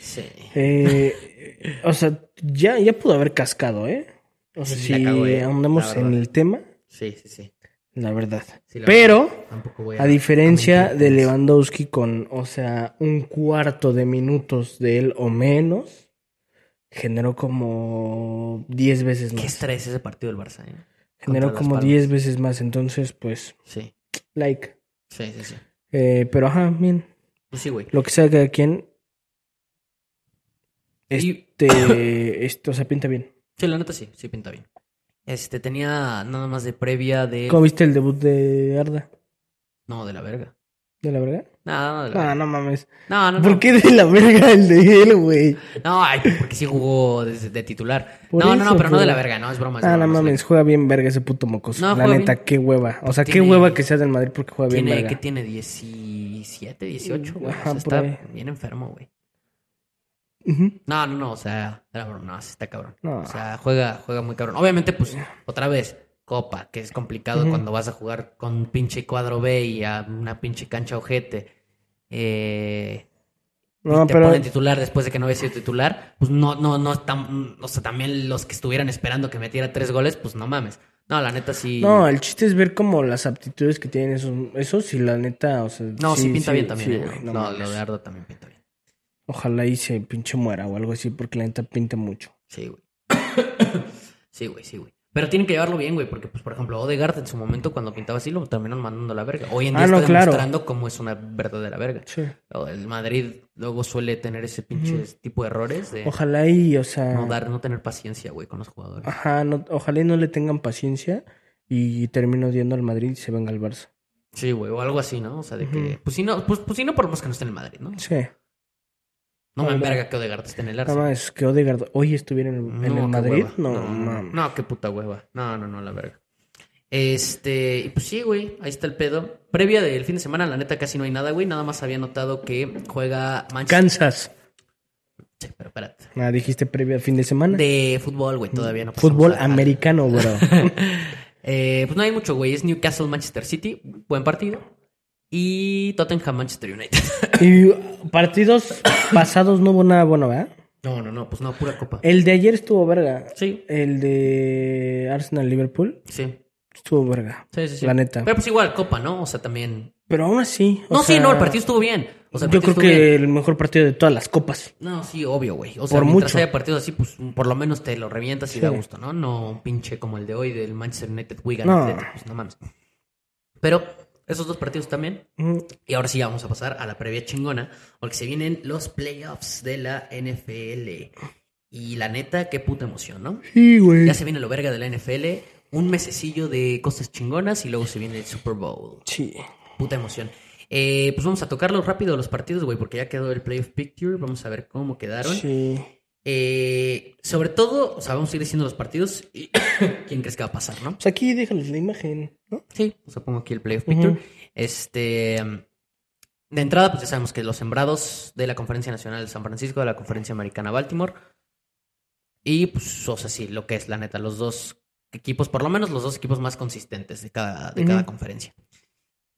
A: Sí.
B: Eh, o sea, ya, ya pudo haber cascado, ¿eh? O sea,
A: Sí,
B: si
A: la cagó, eh,
B: andamos
A: la
B: en
A: verdad.
B: el tema,
A: Sí, sí, sí.
B: la verdad.
A: Sí, la
B: pero,
A: verdad, tampoco voy
B: a diferencia
A: comentar
B: de
A: eso.
B: Lewandowski con, o sea, un cuarto de minutos de él o menos, generó como 10 veces
A: Qué
B: más.
A: estrés ese partido del Barça, ¿eh?
B: Generó
A: Contra Las
B: como
A: Palmas.
B: 10 veces más. Entonces, pues,
A: Sí,
B: like.
A: sí, sí, sí.
B: Eh, pero ajá, bien.
A: Pues sí, güey.
B: Lo que sea de cada quien.
A: Y-
B: Este. esto se pinta bien.
A: Sí, la neta sí, sí pinta bien. Este, tenía nada más de previa de...
B: ¿Cómo viste el debut de Arda?
A: No, de la verga.
B: ¿De la verga?
A: Nada, no, de la
B: Ah,
A: verga.
B: no mames.
A: No, no, no.
B: ¿Por qué de la verga el de él, güey?
A: No, ay, porque sí jugó de, de titular.
B: Por
A: no, no, no,
B: eso,
A: pero no
B: pero-
A: de la verga, no, es broma. es
B: Ah,
A: broma,
B: no
A: es
B: mames. Juega bien verga ese puto mocoso.
A: No,
B: la
A: juega
B: neta,
A: bien.
B: qué hueva. O sea, qué
A: Tiene-
B: hueva que sea del Madrid porque juega
A: verga.
B: bien
A: Tiene,
B: verga.
A: ¿Qué tiene? 17, 18, güey. O sea,
B: Ajá, por
A: está
B: ahí.
A: bien enfermo, güey.
B: Ujú.
A: No, no, no, o sea, era broma, no, sí está cabrón.
B: No.
A: O sea, juega, juega muy cabrón. Obviamente, pues, otra vez, Copa, que es complicado
B: Ujú.
A: cuando vas a jugar con un pinche cuadro B y a una pinche cancha ojete. Eh,
B: No,
A: y te
B: pero.
A: ponen titular después de que no había sido titular. Pues no, no, no, están, o sea, también los que estuvieran esperando que metiera tres goles, pues no mames. No, la neta sí.
B: No, el chiste es ver como las aptitudes que tienen esos, esos y la neta, o sea...
A: No, sí, pinta bien también.
B: sí,
A: eh.
B: güey, no
A: no,
B: mames.
A: lo de Arda también pinta bien.
B: Ojalá y se pinche muera o algo así, porque la neta pinta mucho.
A: Sí, güey. sí, güey, sí, güey. Pero tienen que llevarlo bien, güey, porque, pues, por ejemplo, Odegaard en su momento, cuando pintaba así, lo terminaron mandando a la verga. Hoy en día
B: Ah, no,
A: está
B: claro.
A: demostrando cómo es una verdadera verga.
B: Sí.
A: O El Madrid luego suele tener ese pinche tipo de errores de
B: Ojalá y, o sea...
A: no dar, no tener paciencia, güey, con los jugadores.
B: Ajá, no- ojalá y no le tengan paciencia y termine odiando al Madrid y se venga al Barça.
A: Sí, güey, o algo así, ¿no? O sea, de que,
B: Ujú.
A: pues si no, pues, pues si no, por lo menos que no esté en el Madrid, ¿no?
B: Sí.
A: No me
B: Ojalá.
A: enverga que Odegaard esté en el
B: Nada
A: Arsenal.
B: más que Odegaard hoy estuviera en el, en el
A: qué
B: Madrid.
A: hueva.
B: No,
A: no,
B: mames.
A: no, qué puta hueva. No, no, no, la verga. Este, y pues sí, güey, ahí está el pedo. Previa del fin de semana, la neta casi no hay nada, güey. Nada más había notado que juega Manchester.
B: Kansas.
A: Sí, pero espérate.
B: Ah, dijiste previo al fin de semana.
A: De fútbol, güey, todavía no. pasamos
B: Fútbol
A: a- a-
B: americano, bro.
A: Eh, pues no hay mucho, güey. Es Newcastle Manchester City, buen partido. Y Tottenham Manchester United.
B: y partidos pasados no hubo nada bueno, ¿verdad?
A: No, no, no, pues no, pura copa.
B: El de ayer estuvo verga.
A: Sí,
B: El de Arsenal-Liverpool
A: sí.
B: estuvo verga.
A: Sí, sí, sí.
B: La neta.
A: Pero pues igual, copa, ¿no? O sea, también.
B: Pero aún así. o
A: No, sí,
B: sea,
A: no, el partido estuvo bien. O sea, el partido
B: yo creo
A: estuvo
B: que
A: bien.
B: el mejor partido de todas las copas.
A: No, sí, obvio, güey. O sea,
B: Por
A: mientras
B: mucho.
A: haya partidos así, pues por lo menos te lo revientas y
B: Sí.
A: da gusto, ¿no? No un pinche como el de hoy del Manchester United Wigan.
B: No.
A: etcétera, Pues no mames. Pero esos dos partidos también.
B: Mm,
A: Y ahora sí ya vamos a pasar a la previa chingona, porque se vienen los playoffs de la NFL. Y la neta, qué puta emoción, ¿no?
B: Sí, güey.
A: Ya se viene lo verga de la NFL, un mesecillo de cosas chingonas y luego se viene el Super Bowl.
B: Sí.
A: Puta emoción. Eh, pues vamos a tocarlos rápido los partidos, güey, porque ya quedó el playoff picture. Vamos a ver cómo quedaron.
B: Sí.
A: Eh, sobre todo, o sea, vamos a ir diciendo los partidos y quién crees que va a pasar, ¿no?
B: Pues aquí déjales la imagen, ¿no?
A: Sí, o sea, pongo aquí el playoff picture.
B: Ujú.
A: Este. um, De entrada, pues ya sabemos que los sembrados de la Conferencia Nacional de San Francisco, de la Conferencia Americana Baltimore. Y pues, o sea, sí, lo que es la neta, los dos equipos, por lo menos los dos equipos más consistentes de cada, de
B: Ujú.
A: cada conferencia.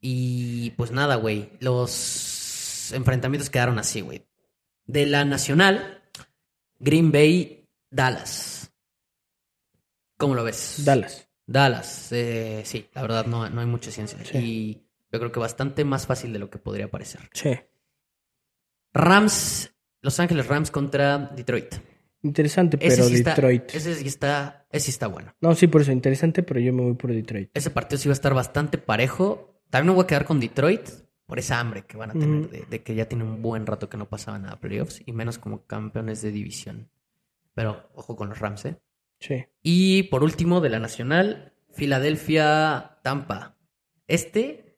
A: Y pues nada, güey. Los enfrentamientos quedaron así, güey. De la Nacional, Green Bay, Dallas. ¿Cómo lo ves?
B: Dallas.
A: Dallas, eh, sí, la verdad no, no hay mucha ciencia.
B: Sí.
A: Y yo creo que bastante más fácil de lo que podría parecer.
B: Sí.
A: Rams, Los Ángeles Rams contra Detroit.
B: Interesante,
A: Ese
B: pero
A: sí está-
B: Detroit.
A: ese sí está, ese sí está bueno.
B: No, sí, por eso interesante, pero yo me voy por Detroit.
A: Ese partido sí va a estar bastante parejo. También me voy a quedar con Detroit por esa hambre que van a tener
B: Ujú.
A: de, de que ya tienen un buen rato que no pasaban a playoffs y menos como campeones de división. Pero ojo con los Rams, ¿eh?
B: Sí.
A: Y por último, de la Nacional, Filadelfia, Tampa. Este,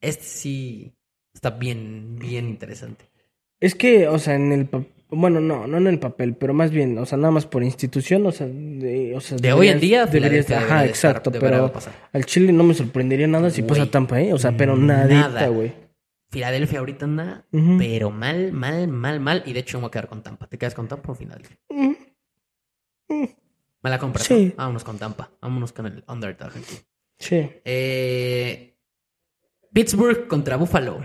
A: este sí está bien, bien interesante.
B: Es que, o sea, en el pa- bueno, no, no en el papel, pero más bien, o sea, nada más por institución, o sea, de, o sea,
A: De hoy en día,
B: deberías- deberías,
A: Filadelfia
B: ajá,
A: debería de estar-
B: exacto,
A: debería de
B: pero
A: pasar.
B: al Chile no me sorprendería nada si
A: Güey, mm,
B: pasa Tampa, ¿eh? O sea, pero
A: nada.
B: nadita, güey.
A: Filadelfia ahorita anda,
B: Ujú.
A: pero mal, mal, mal, mal. Y de hecho, me voy a quedar con Tampa. ¿Te quedas con Tampa o Filadelfia?
B: Mm, mm,
A: Me la compras.
B: Sí.
A: ¿no? Vámonos con Tampa. Vámonos con el Underdog. aquí.
B: Sí,
A: Eh, Pittsburgh contra Buffalo.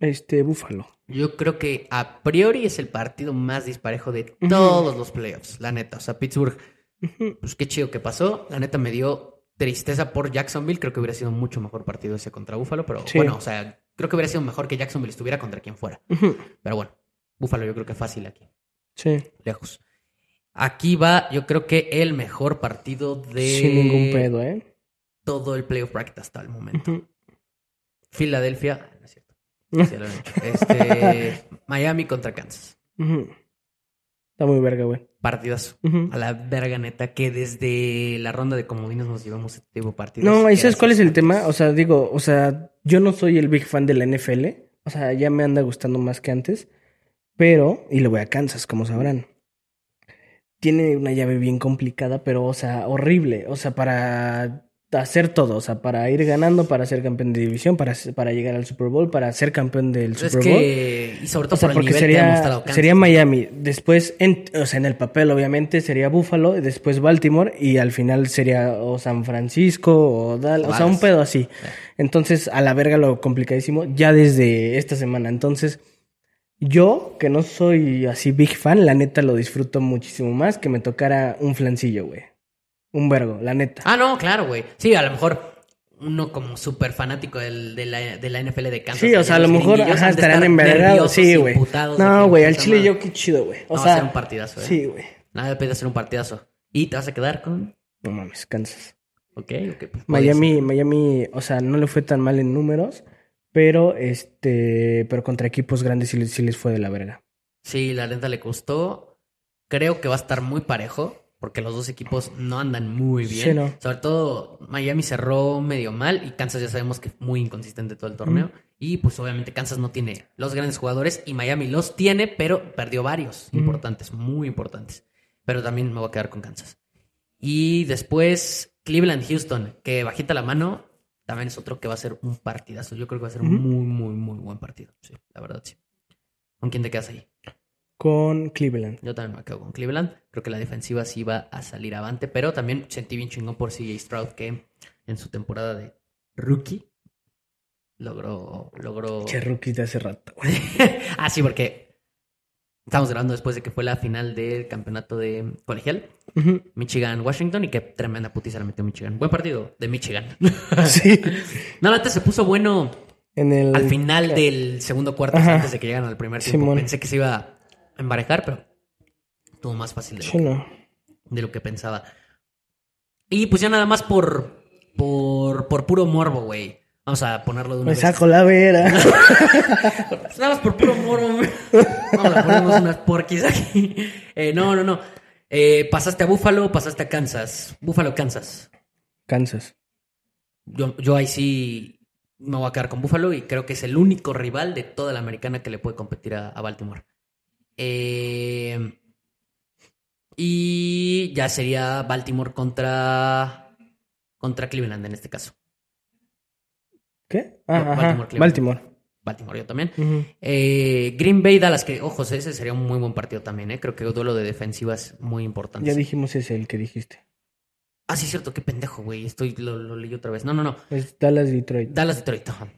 B: este, Búfalo.
A: Yo creo que a priori es el partido más disparejo de
B: Ujú.
A: todos los playoffs, la neta. O sea, Pittsburgh,
B: Ujú.
A: pues qué chido que pasó. La neta me dio tristeza por Jacksonville. Creo que hubiera sido mucho mejor partido ese contra Buffalo, pero
B: Sí.
A: bueno, o sea, creo que hubiera sido mejor que Jacksonville estuviera contra quien fuera.
B: Ujú.
A: Pero bueno, Buffalo yo creo que fácil aquí,
B: Sí,
A: lejos. Aquí va, yo creo que el mejor partido de
B: sin ningún pedo, ¿eh?
A: todo el playoff bracket hasta el momento.
B: Ujú.
A: Filadelfia, no es cierto. Sí, lo he dicho. Este, Miami contra Kansas.
B: Ujú. Está muy verga, güey.
A: Partidazo.
B: Ujú.
A: A la verga neta, que desde la ronda de comodines nos llevamos este tipo de partidos.
B: No,
A: Que
B: ¿y sabes
A: así
B: cuál es el tema?
A: partidos.
B: O sea, digo, o sea, yo no soy el big fan de la NFL. O sea, ya me anda gustando más que antes. Pero, y le voy a Kansas, como sabrán. Tiene una llave bien complicada, pero, o sea, horrible. O sea, para hacer todo. O sea, para ir ganando, para ser campeón de división, para, ser- para llegar al Super Bowl, para ser campeón del
A: Pero
B: Super
A: es
B: Bowl.
A: que, y sobre todo
B: O sea,
A: por el
B: porque
A: nivel que ha mostrado
B: sería,
A: Kansas.
B: sería Miami. Después, en, o sea, en el papel, obviamente, sería Buffalo, después Baltimore, y al final sería o San Francisco o Dallas.
A: O
B: O sea, un
A: Dallas.
B: pedo así. Entonces, a la verga lo complicadísimo ya desde esta semana. Entonces, yo, que no soy así big fan, la neta lo disfruto muchísimo más que me tocara un flancillo, güey. Un vergo, la neta.
A: Ah, no, claro, güey. Sí, a lo mejor uno como súper fanático del- de, la, de la NFL de Kansas.
B: Sí, o sea, a lo
A: los
B: mejor
A: gringuillos
B: ajá,
A: han de
B: estarán
A: estar
B: envergados,
A: nerviosos y
B: sí, güey.
A: emputados de que,
B: No, güey, al
A: puta
B: chile
A: madre.
B: yo qué chido, güey.
A: No,
B: O
A: va a ser
B: sea,
A: un partidazo, ¿eh?
B: sí, güey.
A: Nada depende de ser un partidazo. Y te vas a quedar con...
B: No mames, Kansas.
A: Ok, ok. pues, puede
B: Miami, Miami, o sea, no le fue tan mal en números, pero este, pero contra equipos grandes sí, les- sí les fue de la verga.
A: ser. Sí, la lenta le costó. Creo que va a estar muy parejo. Porque los dos equipos no andan muy bien.
B: Sí, no.
A: Sobre todo Miami cerró medio mal y Kansas ya sabemos que es muy inconsistente todo el torneo. Y pues obviamente Kansas no tiene los grandes jugadores y Miami los tiene, pero perdió varios
B: Ujú.
A: importantes, muy importantes. Pero también me voy a quedar con Kansas. Y después Cleveland Houston, que bajita la mano, también es otro que va a ser un partidazo. Yo creo que va a ser un
B: Ujú.
A: muy, muy, muy buen partido. Sí, la verdad, sí. ¿Con quién te quedas ahí?
B: Con Cleveland.
A: Yo también me quedo con Cleveland. Creo que la defensiva sí va a salir avante, pero también sentí bien chingón por CJ Stroud que en su temporada de rookie logró. logró...
B: Che, rookies de hace rato.
A: ah, sí, porque estamos grabando después de que fue la final del campeonato de colegial.
B: Ujú.
A: Michigan-Washington y qué tremenda putiza le metió Michigan. Buen partido de Michigan.
B: Sí.
A: no, antes se puso bueno
B: En el.
A: al final del segundo cuarto,
B: Ajá.
A: antes de que llegaran al primer tiempo.
B: Simón.
A: Pensé que se iba a embarajar, pero estuvo más fácil de lo,
B: Sí, no.
A: de lo que pensaba. Y pues ya nada más por, por, por puro morbo, güey. Vamos a ponerlo de una
B: Me
A: vez.
B: saco la vera.
A: Pues nada más por puro morbo. güey. Vamos a ponernos unas porquis aquí. Eh, no, no, no. Eh, pasaste a Buffalo, pasaste a Kansas. Buffalo, Kansas.
B: Kansas.
A: Yo, yo ahí sí me voy a quedar con Buffalo y creo que es el único rival de toda la americana que le puede competir a, a Baltimore. Eh, y ya sería Baltimore contra, contra Cleveland en este caso.
B: ¿Qué? Ah,
A: No,
B: ajá.
A: Baltimore,
B: Baltimore.
A: Cleveland. Baltimore yo también.
B: Ujú.
A: Eh, Green Bay, Dallas, que ojos, ese sería un muy buen partido también, ¿eh? Creo que un duelo de defensivas muy importante.
B: Ya dijimos ese, el que dijiste.
A: Ah, sí, cierto, qué pendejo, güey. Estoy, lo, lo leí otra vez. No, no, no.
B: Es Dallas, Detroit.
A: Dallas, Detroit. ajá.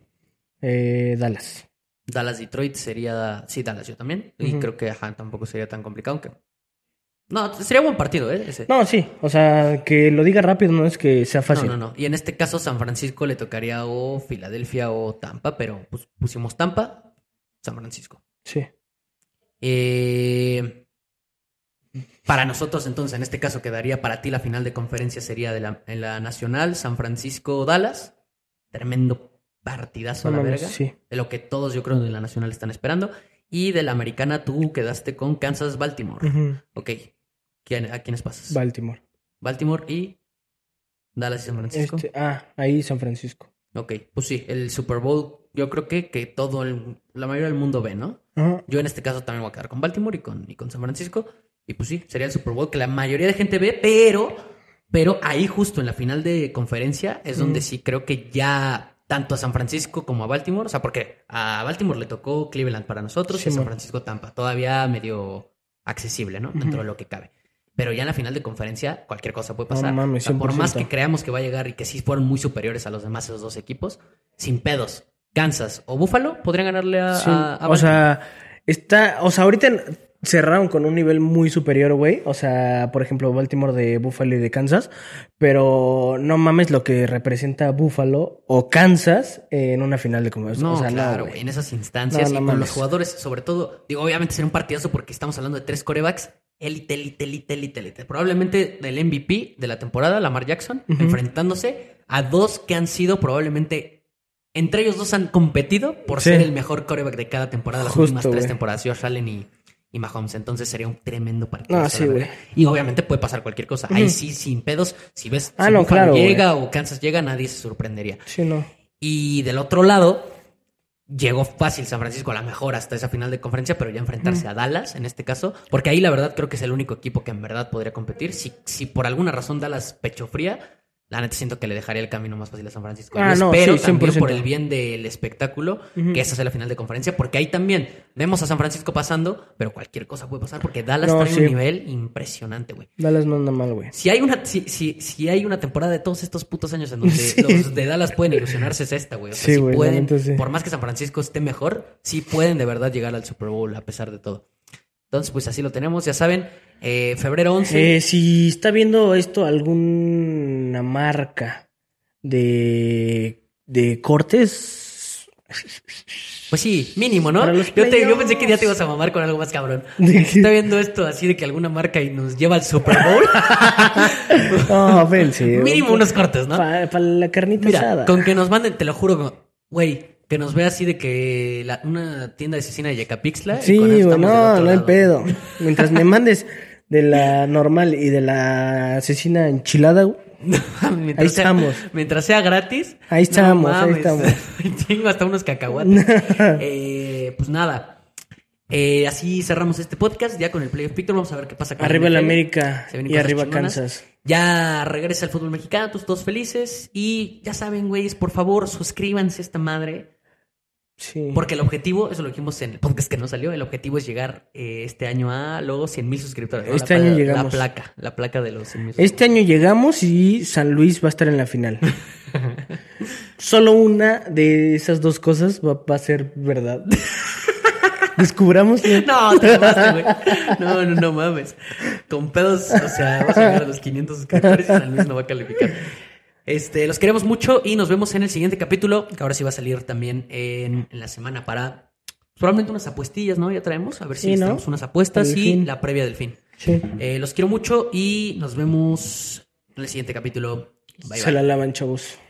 B: Eh, Dallas.
A: Dallas, Detroit sería. Sí, Dallas, yo también. Y
B: Ujú.
A: creo que ajá, tampoco sería tan complicado, aunque. No, sería buen partido, ¿eh? Ese.
B: No, sí. O sea, que lo diga rápido no es que sea fácil.
A: No, no, no. Y en este caso, San Francisco le tocaría o Filadelfia o Tampa, pero pues, pusimos Tampa, San Francisco.
B: Sí.
A: Eh, para nosotros, entonces, en este caso quedaría para ti la final de conferencia sería de la, en la Nacional, San Francisco, Dallas. Tremendo partidazo a
B: No
A: la
B: mames,
A: verga.
B: sí.
A: De lo que todos, yo creo, de la Nacional están esperando. Y de la Americana, tú quedaste con Kansas, Baltimore.
B: Ujú.
A: Ok. ¿Quién- ¿A quiénes pasas?
B: Baltimore.
A: Baltimore y Dallas y San Francisco.
B: Este, ah, ahí San Francisco.
A: Ok. Pues sí, el Super Bowl, yo creo que, que todo, el- la mayoría del mundo ve, ¿no?
B: Ajá.
A: Yo en este caso también voy a quedar con Baltimore y con, y con San Francisco. Y pues sí, sería el Super Bowl que la mayoría de gente ve, pero, pero ahí justo en la final de conferencia es donde
B: Mm.
A: sí creo que ya tanto a San Francisco como a Baltimore, o sea, porque a Baltimore le tocó Cleveland para nosotros y a San
B: Simón.
A: Francisco Tampa, todavía medio accesible, ¿no? Dentro
B: Ujú.
A: de lo que cabe. Pero ya en la final de conferencia cualquier cosa puede pasar.
B: No mames,
A: O sea, por más
B: 100%.
A: que creamos que va a llegar y que sí fueron muy superiores a los demás esos dos equipos, sin pedos, Kansas o Buffalo podrían ganarle a,
B: Sí,
A: a- a
B: o
A: Baltimore.
B: sea, está, o sea, ahorita cerraron con un nivel muy superior, güey. O sea, por ejemplo, Baltimore de Buffalo y de Kansas. Pero no mames lo que representa Buffalo o Kansas en una final de conferencia.
A: No,
B: o sea,
A: claro,
B: no,
A: güey.
B: güey.
A: en esas instancias
B: No, no
A: y con
B: mames.
A: los jugadores, sobre todo, digo, obviamente será un partidazo porque estamos hablando de tres corebacks. Élite, élite, élite, élite, élite. Probablemente del MVP de la temporada, Lamar Jackson,
B: Ujú.
A: enfrentándose a dos que han sido probablemente. Entre ellos dos han competido por
B: Sí.
A: ser el mejor coreback de cada temporada, las
B: Justo,
A: últimas tres
B: güey.
A: temporadas, Josh Allen y, y Mahomes. Entonces sería un tremendo partido.
B: No, Ah, sí, güey.
A: Y obviamente puede pasar cualquier cosa. Ahí
B: Ujú.
A: sí, sin pedos. Si ves
B: Ah,
A: si
B: no,
A: Buffalo
B: claro, güey.
A: llega o Kansas llega, nadie se sorprendería.
B: Sí, no.
A: Y del otro lado, llegó fácil San Francisco, a lo mejor hasta esa final de conferencia, pero ya enfrentarse a Dallas en este caso, porque ahí la verdad creo que es el único equipo que en verdad podría competir. Si, si por alguna razón Dallas pecho fría, la neta siento que le dejaría el camino más fácil a San Francisco.
B: Ah,
A: Yo
B: no,
A: espero
B: sí,
A: también
B: 100%.
A: por el bien del espectáculo
B: Ujú.
A: que esa sea la final de conferencia, porque ahí también vemos a San Francisco pasando, pero cualquier cosa puede pasar porque Dallas
B: No,
A: trae
B: sí.
A: un nivel impresionante, güey.
B: Dallas no anda mal, güey.
A: Si hay una, si, si, si hay una temporada de todos estos putos años en donde
B: Sí.
A: los de Dallas pueden ilusionarse, es esta, güey. O sea,
B: Sí,
A: sí
B: güey, la
A: pueden,
B: neta sí.
A: por más que San Francisco esté mejor, sí pueden de verdad llegar al Super Bowl a pesar de todo. Entonces, pues así lo tenemos, ya saben. eh, febrero 11.
B: Eh, si está viendo esto alguna marca de, de cortes.
A: Pues sí, mínimo, ¿no?
B: para los
A: Yo, te- yo
B: playoffs.
A: pensé que ya te ibas a mamar con algo más cabrón.
B: ¿De qué?
A: Está viendo esto así de que alguna marca y nos lleva al Super Bowl.
B: No, vence.
A: mínimo unos cortes, ¿no?
B: Para la carnita
A: Mira,
B: asada.
A: con que nos manden, te lo juro, como, güey, que nos vea así de que la- una tienda de asesina de Yecapixtla. y
B: Sí,
A: con eso
B: güey,
A: estamos del
B: no,
A: otro
B: no hay
A: lado.
B: pedo. Mientras me mandes de la normal y de la asesina enchilada, güey,
A: mientras
B: Ahí
A: sea-
B: estamos.
A: mientras sea gratis.
B: Ahí estamos, ahí
A: Tengo hasta unos cacahuates. Eh, pues nada. Eh, así cerramos este podcast ya con el Playoff Picture. Vamos a ver qué pasa con
B: arriba
A: el
B: la
A: NFL.
B: América
A: Se vienen
B: y
A: cosas
B: arriba
A: chingonas.
B: Kansas.
A: Ya regresa el fútbol mexicano, tus dos felices. Y ya saben, güeyes, por favor, suscríbanse a esta madre.
B: Sí.
A: Porque el objetivo, eso lo dijimos en el podcast que no salió, el objetivo es llegar eh, este año a los 100 mil suscriptores. ¿no?
B: Este
A: la,
B: año
A: la
B: llegamos.
A: placa, la placa de los 100 mil
B: Este año llegamos y San Luis va a estar en la final. Solo una de esas dos cosas va, va a ser verdad. Descubramos que
A: No, te mamaste, güey. No, no, no mames. Con pedos, o sea, vas a llegar a los 500 suscriptores y San Luis no va a calificar. Este, los queremos mucho y nos vemos en el siguiente capítulo, que ahora sí va a salir también en, en la semana para probablemente unas apuestillas, ¿no? Ya traemos, a ver si
B: Sí, ¿no?
A: tenemos unas apuestas
B: El
A: y
B: fin.
A: la previa del fin.
B: Sí.
A: Eh, los quiero mucho y nos vemos en el siguiente capítulo. Bye,
B: se
A: bye.
B: la lavan, chavos.